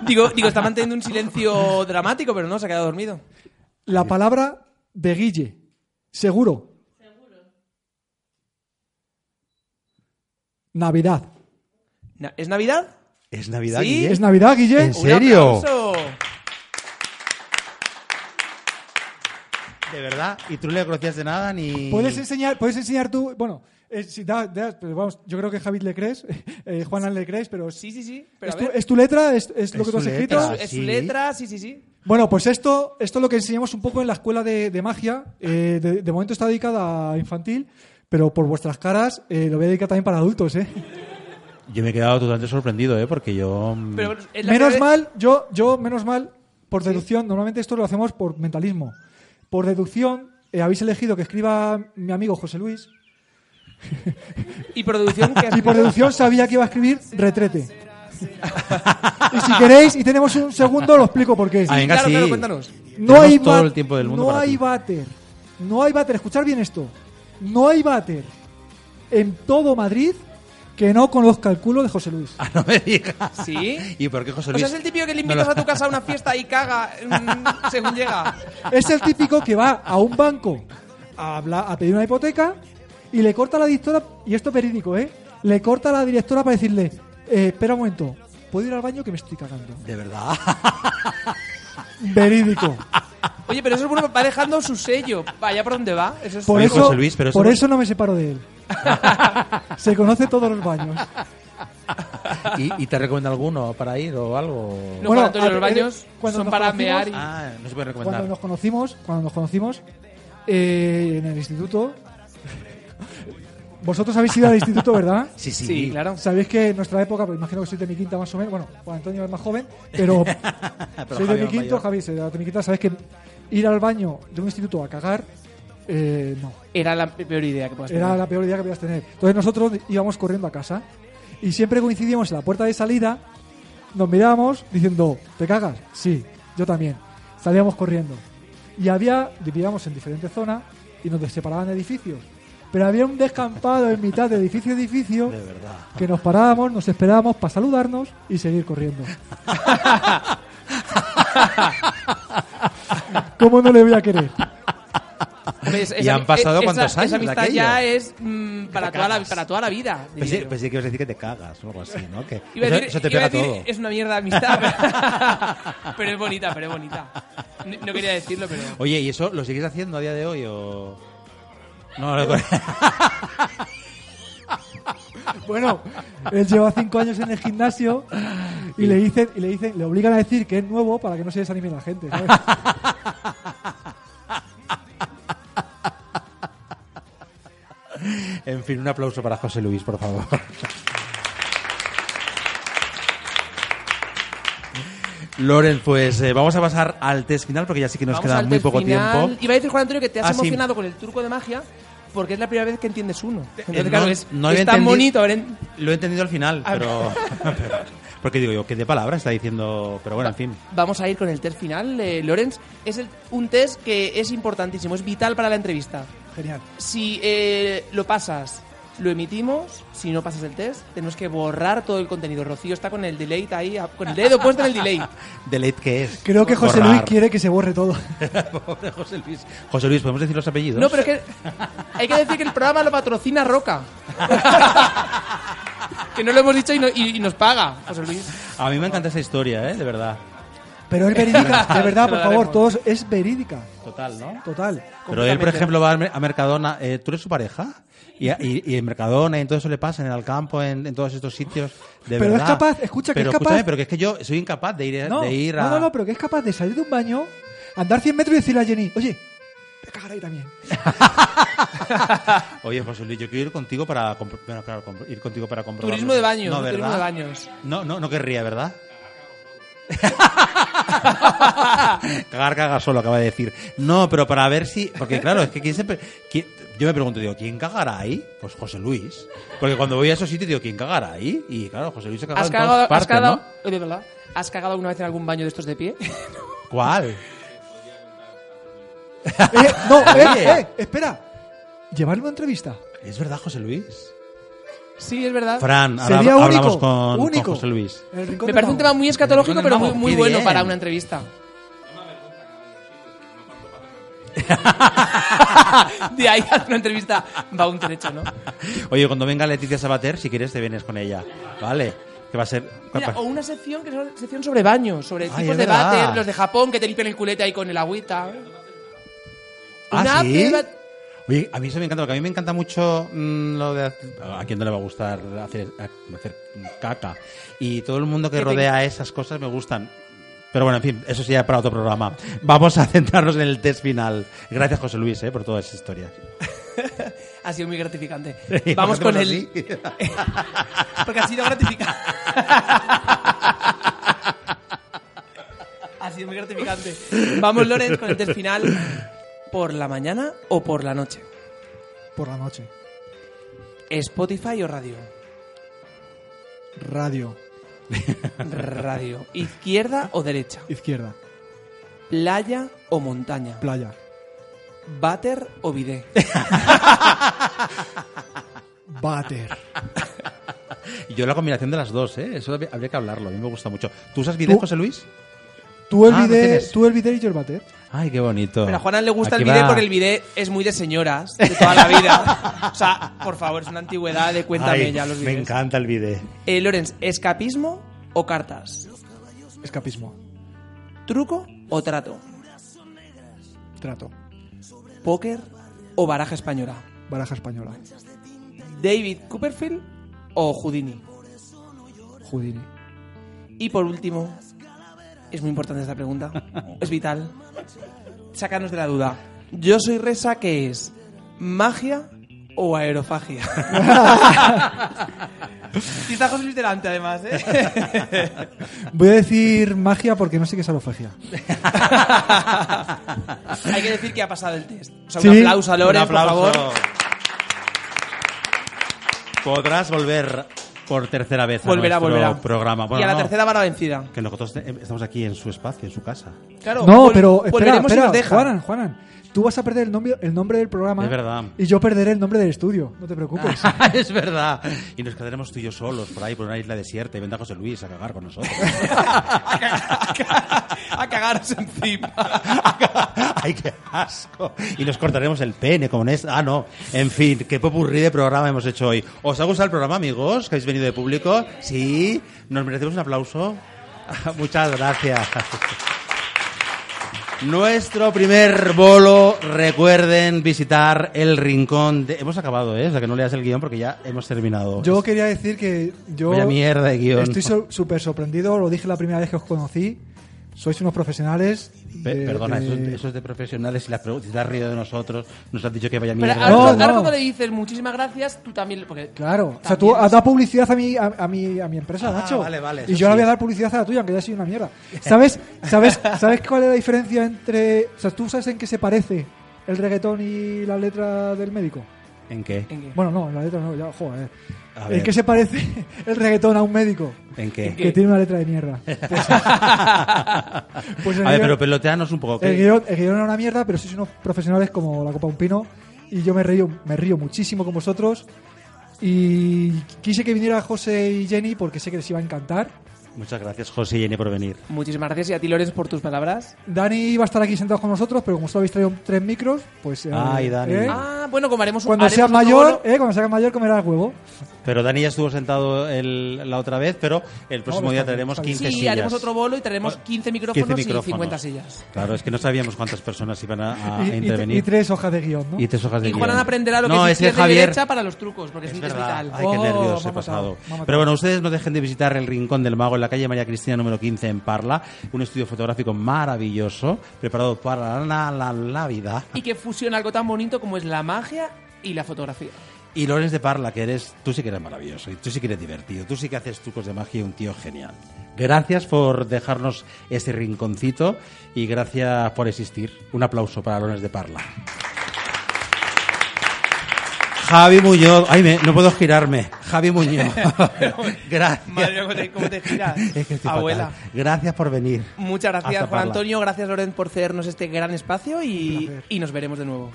Speaker 5: Digo, digo, está manteniendo un silencio dramático, pero no, se ha quedado dormido.
Speaker 6: La palabra de Guille. Seguro. Navidad.
Speaker 5: Na- ¿Es Navidad?
Speaker 4: ¿Es Navidad,
Speaker 5: Sí.
Speaker 4: Guille?
Speaker 6: ¿Es Navidad, Guille?
Speaker 4: Es-
Speaker 5: ¡Un
Speaker 4: serio?
Speaker 5: aplauso!
Speaker 4: De verdad. Y tú no le conocías de nada ni.
Speaker 6: ¿Puedes enseñar, puedes enseñar tú? Bueno, eh, si da- da- pero vamos, yo creo que Javid le crees, eh, Juana le crees, pero
Speaker 5: Sí, sí, sí. Pero
Speaker 6: ¿Es
Speaker 5: a
Speaker 6: tu,
Speaker 5: ver,
Speaker 6: es Ah, tu letra? ¿Es, es lo
Speaker 4: Es
Speaker 6: que tú
Speaker 4: su
Speaker 6: has escrito?
Speaker 4: letra.
Speaker 5: es, su
Speaker 4: sí.
Speaker 5: letra, sí, sí, sí.
Speaker 6: Bueno, pues esto, esto es lo que enseñamos un poco en la escuela de, de magia. Eh, de, de momento está dedicada a infantil, pero por vuestras caras eh, lo voy a dedicar también para adultos. ¿eh?
Speaker 4: Yo me he quedado totalmente sorprendido, ¿eh? Porque yo. mm,
Speaker 5: Pero es la
Speaker 6: Menos
Speaker 5: primera-
Speaker 6: mal, yo, yo, menos mal, por deducción, normalmente esto lo hacemos por mentalismo. Por deducción, eh, habéis elegido que escriba mi amigo José Luis,
Speaker 5: Y producción que
Speaker 6: y por deducción sabía que iba a escribir retrete. Y si queréis, y tenemos un segundo, lo explico por qué.
Speaker 4: Ah, venga,
Speaker 5: claro,
Speaker 4: sí.
Speaker 5: claro, cuéntanos.
Speaker 6: No
Speaker 4: Tenemos
Speaker 6: hay,
Speaker 4: todo
Speaker 6: bat-
Speaker 4: el tiempo del mundo
Speaker 6: no
Speaker 4: para
Speaker 6: hay
Speaker 4: ti.
Speaker 6: váter. No hay váter. Escuchar bien esto. No hay váter en todo Madrid que no conozca el culo de José Luis.
Speaker 4: Ah, no me digas.
Speaker 5: ¿Sí?
Speaker 4: ¿Y por qué José
Speaker 5: O
Speaker 4: Luis?
Speaker 5: sea, es el típico que le
Speaker 4: no lo-
Speaker 5: invitas a tu casa a una fiesta y caga mm, según llega.
Speaker 6: Es el típico que va a un banco a, hablar- a pedir una hipoteca y le corta a la directora, y esto es verídico, ¿eh? Le corta a la directora para decirle, eh, espera un momento, ¿puedo ir al baño que me estoy cagando?
Speaker 4: De verdad.
Speaker 6: Verídico.
Speaker 5: Oye, pero eso es bueno, va dejando su sello. Vaya por donde va. Eso es
Speaker 6: Por,
Speaker 4: Oye,
Speaker 6: eso,
Speaker 4: José Luis, pero eso
Speaker 6: por
Speaker 4: no-
Speaker 6: eso no me separo de él. Se conoce todos los baños.
Speaker 4: ¿Y, y te recomienda alguno para ir o algo?
Speaker 5: No,
Speaker 6: Bueno,
Speaker 5: para Antonio,
Speaker 6: a
Speaker 5: los
Speaker 6: ver,
Speaker 5: baños
Speaker 6: cuando
Speaker 5: son
Speaker 6: nos
Speaker 5: para
Speaker 6: conocimos-
Speaker 5: mear y...
Speaker 4: Ah, no se puede
Speaker 6: Cuando
Speaker 4: recomendar.
Speaker 6: nos conocimos, cuando nos conocimos eh, en el instituto, vosotros habéis ido al instituto, ¿verdad?
Speaker 4: Sí, sí.
Speaker 5: Sí, claro.
Speaker 6: Sabéis que en nuestra época, pues imagino que sois de mi quinta más o menos, bueno, Juan Antonio es más joven, pero, soy de
Speaker 4: Javi
Speaker 6: mi
Speaker 4: es
Speaker 6: quinto,
Speaker 4: mayor.
Speaker 6: Javi, soy de mi quinta, sabéis que ir al baño de un instituto a cagar, eh, no,
Speaker 5: Era la peor idea que puedas
Speaker 6: era
Speaker 5: tener.
Speaker 6: la peor idea que podías tener. Entonces nosotros íbamos corriendo a casa y siempre coincidíamos en la puerta de salida, nos mirábamos diciendo, ¿te cagas? Sí, yo también. Salíamos corriendo. Y había, vivíamos en diferentes zonas y nos separaban edificios. Pero había un descampado en mitad de edificio a edificio
Speaker 4: De verdad.
Speaker 6: que nos parábamos, nos esperábamos para saludarnos y seguir corriendo. ¿Cómo no le voy a querer?
Speaker 5: Hombre, es-
Speaker 4: Y
Speaker 5: esa-
Speaker 4: han pasado
Speaker 5: esa-
Speaker 4: cuántos años
Speaker 5: Esa
Speaker 4: de
Speaker 5: amistad
Speaker 4: aquello.
Speaker 5: ya es mm, para,
Speaker 4: Te
Speaker 5: toda la,
Speaker 4: cagas.
Speaker 5: para toda la vida.
Speaker 4: Pues
Speaker 5: diría
Speaker 4: sí,
Speaker 5: yo.
Speaker 4: pues sí que ibas a decir que te cagas o algo así, ¿no? Que
Speaker 5: Iba a
Speaker 4: eso,
Speaker 5: decir-
Speaker 4: eso te
Speaker 5: iba a
Speaker 4: pega
Speaker 5: decir,
Speaker 4: todo.
Speaker 5: Es una mierda de amistad, pero, pero es bonita, pero es bonita. No, no quería decirlo, pero...
Speaker 4: Oye, ¿y eso lo sigues haciendo a día de hoy o...? No, no,
Speaker 6: Bueno, él lleva cinco años en el gimnasio y le dicen, y le dicen, le obligan a decir que es nuevo para que no se desanime la gente. ¿sabes?
Speaker 4: en fin, un aplauso para José Luis, por favor. Loren, pues eh, vamos a pasar al test final porque ya sí que nos
Speaker 5: Vamos
Speaker 4: queda
Speaker 5: al
Speaker 4: muy
Speaker 5: test
Speaker 4: poco
Speaker 5: final.
Speaker 4: tiempo.
Speaker 5: Iba a decir, Juan Antonio, que te has
Speaker 4: Ah, sí.
Speaker 5: emocionado con el truco de magia porque es la primera vez que entiendes uno. Entonces,
Speaker 4: Eh, no-
Speaker 5: claro, es,
Speaker 4: no
Speaker 5: es
Speaker 4: había
Speaker 5: tan
Speaker 4: entendido-
Speaker 5: bonito. haber en-
Speaker 4: Lo he entendido al final,
Speaker 5: Ah.
Speaker 4: pero... porque digo yo, ¿qué de palabra está diciendo? Pero bueno, en fin.
Speaker 5: Vamos a ir con el test final, eh, Lorenz. Es el- un test que es importantísimo, es vital para la entrevista.
Speaker 6: Genial.
Speaker 5: Si eh, lo pasas, lo emitimos. Si no pasas el test, tenemos que borrar todo el contenido. Rocío está con el delay ahí, a- con el dedo puesto en el delay.
Speaker 4: ¿Delete qué es?
Speaker 6: Creo que José Luis
Speaker 4: Borrar.
Speaker 6: quiere que se borre todo.
Speaker 4: Pobre José Luis. José Luis, ¿podemos decir los apellidos?
Speaker 5: No, pero es que hay que decir que el programa lo patrocina Roca. que no lo hemos dicho y, no- y- y nos paga, José Luis.
Speaker 4: A mí me encanta esa historia, ¿eh? De verdad.
Speaker 6: Pero es verídica, de verdad,
Speaker 5: Se lo
Speaker 6: por favor,
Speaker 5: daremos.
Speaker 6: todos es verídica,
Speaker 4: Total, ¿no?
Speaker 6: total.
Speaker 4: Pero él, por
Speaker 5: Completamente.
Speaker 4: ejemplo, va al mer- a Mercadona. eh, ¿Tú eres su pareja? Y, y, y en Mercadona, y en todo eso le pasa, en el campo, en, en todos estos sitios. De
Speaker 6: Pero es
Speaker 4: verdad.
Speaker 6: capaz, escucha, que
Speaker 4: Pero
Speaker 6: es capaz.
Speaker 4: escúchame, pero que es que yo soy incapaz de ir,
Speaker 6: No,
Speaker 4: de ir a.
Speaker 6: no, no, no, pero que es capaz de salir de un baño, andar 100 metros y decirle a Jenny, oye, te cagaré también.
Speaker 4: Oye, José Luis, yo quiero ir contigo para. compro- Bueno, claro, compro- ir contigo para comprar.
Speaker 5: Turismo de baños,
Speaker 4: No, ¿verdad?
Speaker 5: turismo de baños.
Speaker 4: No, no, no querría, ¿verdad? cagar, caga solo, acaba de decir. No, pero para ver si. Porque claro, es que quién se. pre- quién- yo me pregunto, digo, ¿quién cagará ahí? Pues José Luis. Porque cuando voy a esos sitios, digo, ¿quién cagará ahí? Y claro, José Luis se caga
Speaker 5: ¿Has
Speaker 4: en todas
Speaker 5: cagado, has,
Speaker 4: partes,
Speaker 5: cagado,
Speaker 4: ¿no?
Speaker 5: Oye, ¿verdad? ¿Has cagado alguna vez en algún baño de estos de pie?
Speaker 4: ¿Cuál?
Speaker 6: Eh, no, eh,
Speaker 4: Oye.
Speaker 6: eh, espera, llevarle una entrevista.
Speaker 4: ¿Es verdad, José Luis?
Speaker 5: sí, es verdad.
Speaker 4: Fran, ahora
Speaker 6: Sería único,
Speaker 4: hablamos con, con
Speaker 6: único.
Speaker 4: José Luis.
Speaker 6: El rincón
Speaker 5: Me
Speaker 6: del
Speaker 5: parece un
Speaker 6: mago.
Speaker 5: tema muy escatológico,
Speaker 4: Con el
Speaker 5: pero muy,
Speaker 4: mago,
Speaker 5: muy
Speaker 4: qué
Speaker 5: bueno
Speaker 4: bien.
Speaker 5: para una entrevista. De ahí a una entrevista va un trecho, ¿no?
Speaker 4: Oye, cuando venga Leticia Sabater, si quieres, te vienes con ella. Vale. Que va a ser.
Speaker 5: Mira, o una sección que es una sección sobre baños, sobre
Speaker 4: Ay,
Speaker 5: tipos
Speaker 4: es
Speaker 5: de
Speaker 4: verdad.
Speaker 5: váter, los de Japón que te limpian el culete ahí con el agüita.
Speaker 4: ¿Ah,
Speaker 5: Una
Speaker 4: sí?
Speaker 5: prueba-
Speaker 4: Oye, a mí eso me encanta, porque a mí me encanta mucho mm, lo de... ¿A quién no le va a gustar hacer, hacer caca? Y todo el mundo que
Speaker 5: Que te-
Speaker 4: rodea esas cosas me gustan. Pero bueno, en fin, eso sí ya para otro programa. Vamos a centrarnos en el test final. Gracias, José Luis, eh, por todas esas historias.
Speaker 5: Ha sido muy gratificante.
Speaker 4: Sí,
Speaker 5: Vamos
Speaker 4: ¿por
Speaker 5: con
Speaker 4: qué
Speaker 5: el.
Speaker 4: hacemos
Speaker 5: Porque ha sido gratificante. ha sido muy gratificante. Vamos, Lorenz, con el test final. ¿Por la mañana o por la noche?
Speaker 6: Por la noche.
Speaker 5: ¿Spotify o radio?
Speaker 6: Radio.
Speaker 5: Radio. ¿Izquierda o derecha?
Speaker 6: Izquierda,
Speaker 5: ¿Playa o montaña?
Speaker 6: playa.
Speaker 5: ¿Váter o bidé?
Speaker 6: Váter.
Speaker 4: Yo la combinación de las dos, ¿eh? Eso habría habría que hablarlo. A mí me gusta mucho. ¿Tú usas bidet,
Speaker 6: ¿Tú?
Speaker 4: José Luis?
Speaker 6: Tú el
Speaker 4: Ah, ¿no
Speaker 6: bidé,
Speaker 4: tienes?
Speaker 6: tú el bidé y yo el váter.
Speaker 4: Ay, qué bonito.
Speaker 5: Pero a Juana le gusta
Speaker 4: Aquí
Speaker 5: el bidé
Speaker 4: va.
Speaker 5: porque el bidé es muy de señoras, de toda la vida. O sea, por favor, es una antigüedad de cuéntame
Speaker 4: Ay,
Speaker 5: ya los
Speaker 4: Me
Speaker 5: bidés.
Speaker 4: encanta el bidet.
Speaker 5: Eh, Lorenz, ¿escapismo o cartas?
Speaker 6: Escapismo.
Speaker 5: ¿Truco o trato?
Speaker 6: Trato.
Speaker 5: ¿Póker o baraja española?
Speaker 6: Baraja española.
Speaker 5: ¿David Copperfield o Houdini?
Speaker 6: Houdini.
Speaker 5: Y por último, es muy importante esta pregunta, es vital. Sácanos de la duda. Yo soy Reza, ¿qué es? ¿Magia o aerofagia? y está José Luis delante, además, ¿eh?
Speaker 6: Voy a decir magia porque no sé qué es alofagia.
Speaker 5: Hay que decir que ha pasado el test. O sea,
Speaker 6: Sí.
Speaker 5: un aplauso a Lorenz, por favor.
Speaker 4: Podrás volver por tercera vez
Speaker 5: Volverá,
Speaker 4: a nuestro
Speaker 5: volverá.
Speaker 4: programa.
Speaker 5: y
Speaker 4: Bueno,
Speaker 5: a la
Speaker 4: no,
Speaker 5: tercera vara vencida.
Speaker 4: Que nosotros te- eh, estamos aquí en su espacio, en su casa.
Speaker 5: Claro,
Speaker 6: No,
Speaker 5: vol-
Speaker 6: pero espera,
Speaker 5: volveremos si
Speaker 6: espera,
Speaker 5: nos deja.
Speaker 6: Juanan, Juanan. Tú vas a perder el nombre, el nombre del programa.
Speaker 4: Es verdad. Ah.
Speaker 6: Y yo perderé el nombre del estudio. No te preocupes.
Speaker 4: es verdad. Y nos quedaremos tú y yo solos por ahí, por una isla desierta. Y vendrá José Luis a cagar con nosotros.
Speaker 5: a cagarse encima.
Speaker 4: ¡Ay, qué asco! Y nos cortaremos el pene, como en esta. Ah, no. En fin, qué popurrí de programa hemos hecho hoy. ¿Os ha gustado el programa, amigos? ¿Que habéis venido de público? Sí. ¿Nos merecemos un aplauso? Muchas gracias. Nuestro primer bolo, recuerden visitar el rincón de... Hemos acabado, ¿eh? O sea, que no leas el guión porque ya hemos terminado.
Speaker 6: Yo quería decir que yo.
Speaker 4: Vaya mierda de guión.
Speaker 6: Estoy so- súper sorprendido. Lo dije la primera vez que os conocí. Sois unos profesionales.
Speaker 4: Pe-
Speaker 6: de-
Speaker 4: Perdona,
Speaker 6: de-
Speaker 4: eso, eso es de profesionales y las preguntas, te has reído de nosotros, nos has dicho que vaya
Speaker 5: Pero
Speaker 4: mierda.
Speaker 5: ahora,
Speaker 6: No,
Speaker 5: ahora
Speaker 6: no.
Speaker 5: cuando le dices muchísimas gracias, tú también... Porque
Speaker 6: Claro. O sea, tú
Speaker 5: También
Speaker 6: has dado publicidad a mi, a, a mi, a mi empresa,
Speaker 4: Ah,
Speaker 6: Nacho.
Speaker 4: vale, vale, eso
Speaker 6: Y yo ahora
Speaker 4: sí.
Speaker 6: voy a dar publicidad a la tuya, aunque ya soy una mierda. ¿Sabes, sabes, ¿Sabes cuál es la diferencia entre. O sea, ¿tú sabes en qué se parece el reggaetón y la letra del médico?
Speaker 4: ¿En qué?
Speaker 5: ¿En qué?
Speaker 6: Bueno, no, la letra no, ya, joder.
Speaker 4: A ver.
Speaker 6: ¿En qué se parece el reggaetón a un médico?
Speaker 4: ¿En qué?
Speaker 6: Que tiene una letra de mierda. Pues, pues el,
Speaker 4: A ver, pero
Speaker 6: guión,
Speaker 4: peloteanos un poco. ¿qué?
Speaker 6: el guión- el guión era una mierda, pero sois unos profesionales como la Copa Un Pino. Y yo me río, me río muchísimo con vosotros. Y quise que viniera José y Jenny porque sé que les iba a encantar.
Speaker 4: Muchas gracias, José y Jenny, por venir.
Speaker 5: Muchísimas gracias y a ti, Lorenz, por tus palabras.
Speaker 6: Dani iba a estar aquí sentado con nosotros, pero como solo habéis traído tres micros, pues. eh,
Speaker 4: Ay, Dani.
Speaker 6: eh,
Speaker 5: Ah, bueno, como haremos un-
Speaker 6: cuando
Speaker 5: haremos
Speaker 6: seas
Speaker 5: otro
Speaker 6: mayor,
Speaker 5: bolo-
Speaker 6: eh, cuando seas mayor comerás huevo.
Speaker 4: Pero Dani ya estuvo sentado el- la otra vez, pero el próximo
Speaker 6: está
Speaker 4: día
Speaker 6: bien,
Speaker 4: traeremos
Speaker 6: está bien.
Speaker 4: 15
Speaker 5: Sí,
Speaker 4: sillas.
Speaker 5: haremos otro bolo y traeremos 15 micrófonos,
Speaker 4: 15 micrófonos.
Speaker 5: y 50 sillas.
Speaker 4: Claro, es que no sabíamos cuántas personas iban a, a
Speaker 6: y, y-
Speaker 4: intervenir.
Speaker 6: y tres hojas de guión, ¿no?
Speaker 4: Ah, Y tres hojas de
Speaker 5: Y Juan
Speaker 4: guión.
Speaker 5: aprenderá lo que
Speaker 4: No,
Speaker 5: es
Speaker 4: que
Speaker 5: izquierda y
Speaker 4: Javier,
Speaker 5: derecha para los trucos, porque es,
Speaker 4: Es
Speaker 5: un test
Speaker 4: verdad.
Speaker 5: vital.
Speaker 4: Ay, qué
Speaker 5: Oh,
Speaker 4: nervios
Speaker 6: me
Speaker 4: he
Speaker 6: ha matado,
Speaker 4: pasado.
Speaker 6: me ha matado.
Speaker 4: Pero bueno, ustedes no dejen de visitar el Rincón del Mago en la calle María Cristina número 15 en Parla, un estudio fotográfico maravilloso preparado para la, la, la vida.
Speaker 5: Y que fusiona algo tan bonito como es la magia y la fotografía.
Speaker 4: Y Lorenz de Parla, que eres, tú sí que eres maravilloso, y tú sí que eres divertido, tú sí que haces trucos de magia y un tío genial. Gracias por dejarnos ese rinconcito y gracias por existir. Un aplauso para Lorenz de Parla. Javi Muñoz, ay, me- no puedo girarme. Javi Muñoz, gracias.
Speaker 5: Madre mía, cómo te- cómo te giras.
Speaker 4: Es que estoy
Speaker 5: Abuela.
Speaker 4: fatal. Gracias por venir.
Speaker 5: Muchas gracias,
Speaker 4: Hasta
Speaker 5: Juan
Speaker 4: Parla.
Speaker 5: Antonio. Gracias, Lorenz, por cedernos este gran espacio y,
Speaker 6: placer.
Speaker 5: y nos veremos de nuevo.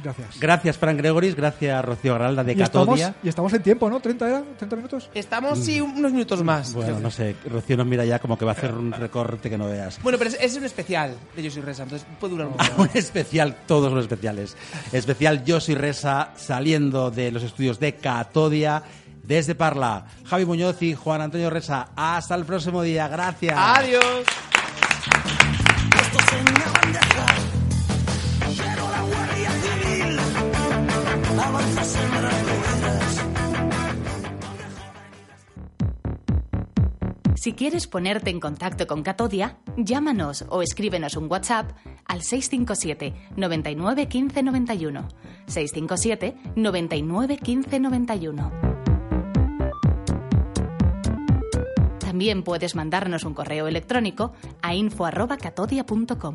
Speaker 6: Gracias.
Speaker 4: Gracias, Fran Gregoris. Gracias, Rocío Gralda de
Speaker 6: y, estamos,
Speaker 4: Catodia.
Speaker 6: y estamos en tiempo, ¿no? ¿30 era? ¿30 minutos?
Speaker 5: Estamos, sí, unos minutos más.
Speaker 4: Mm. Bueno, no sé, Rocío nos mira ya como que va a hacer un recorte que no veas.
Speaker 5: Bueno, pero es, es un especial de Yo soy Reza, entonces puede durar un poco.
Speaker 4: a un especial, todos los especiales. Especial Yo soy Resa, saliendo de los estudios de Catodia, desde Parla. Javi Muñoz y Juan Antonio Resa, hasta el próximo día. Gracias.
Speaker 5: Adiós.
Speaker 2: Puestos en una bandeja, pero la Guardia Civil avanza sobre las ruedas.
Speaker 1: Si quieres ponerte en contacto con Catodia, llámanos o escríbenos un WhatsApp al 657 99 15 91. 657 99 15 91. También puedes mandarnos un correo electrónico a info@catodia.com.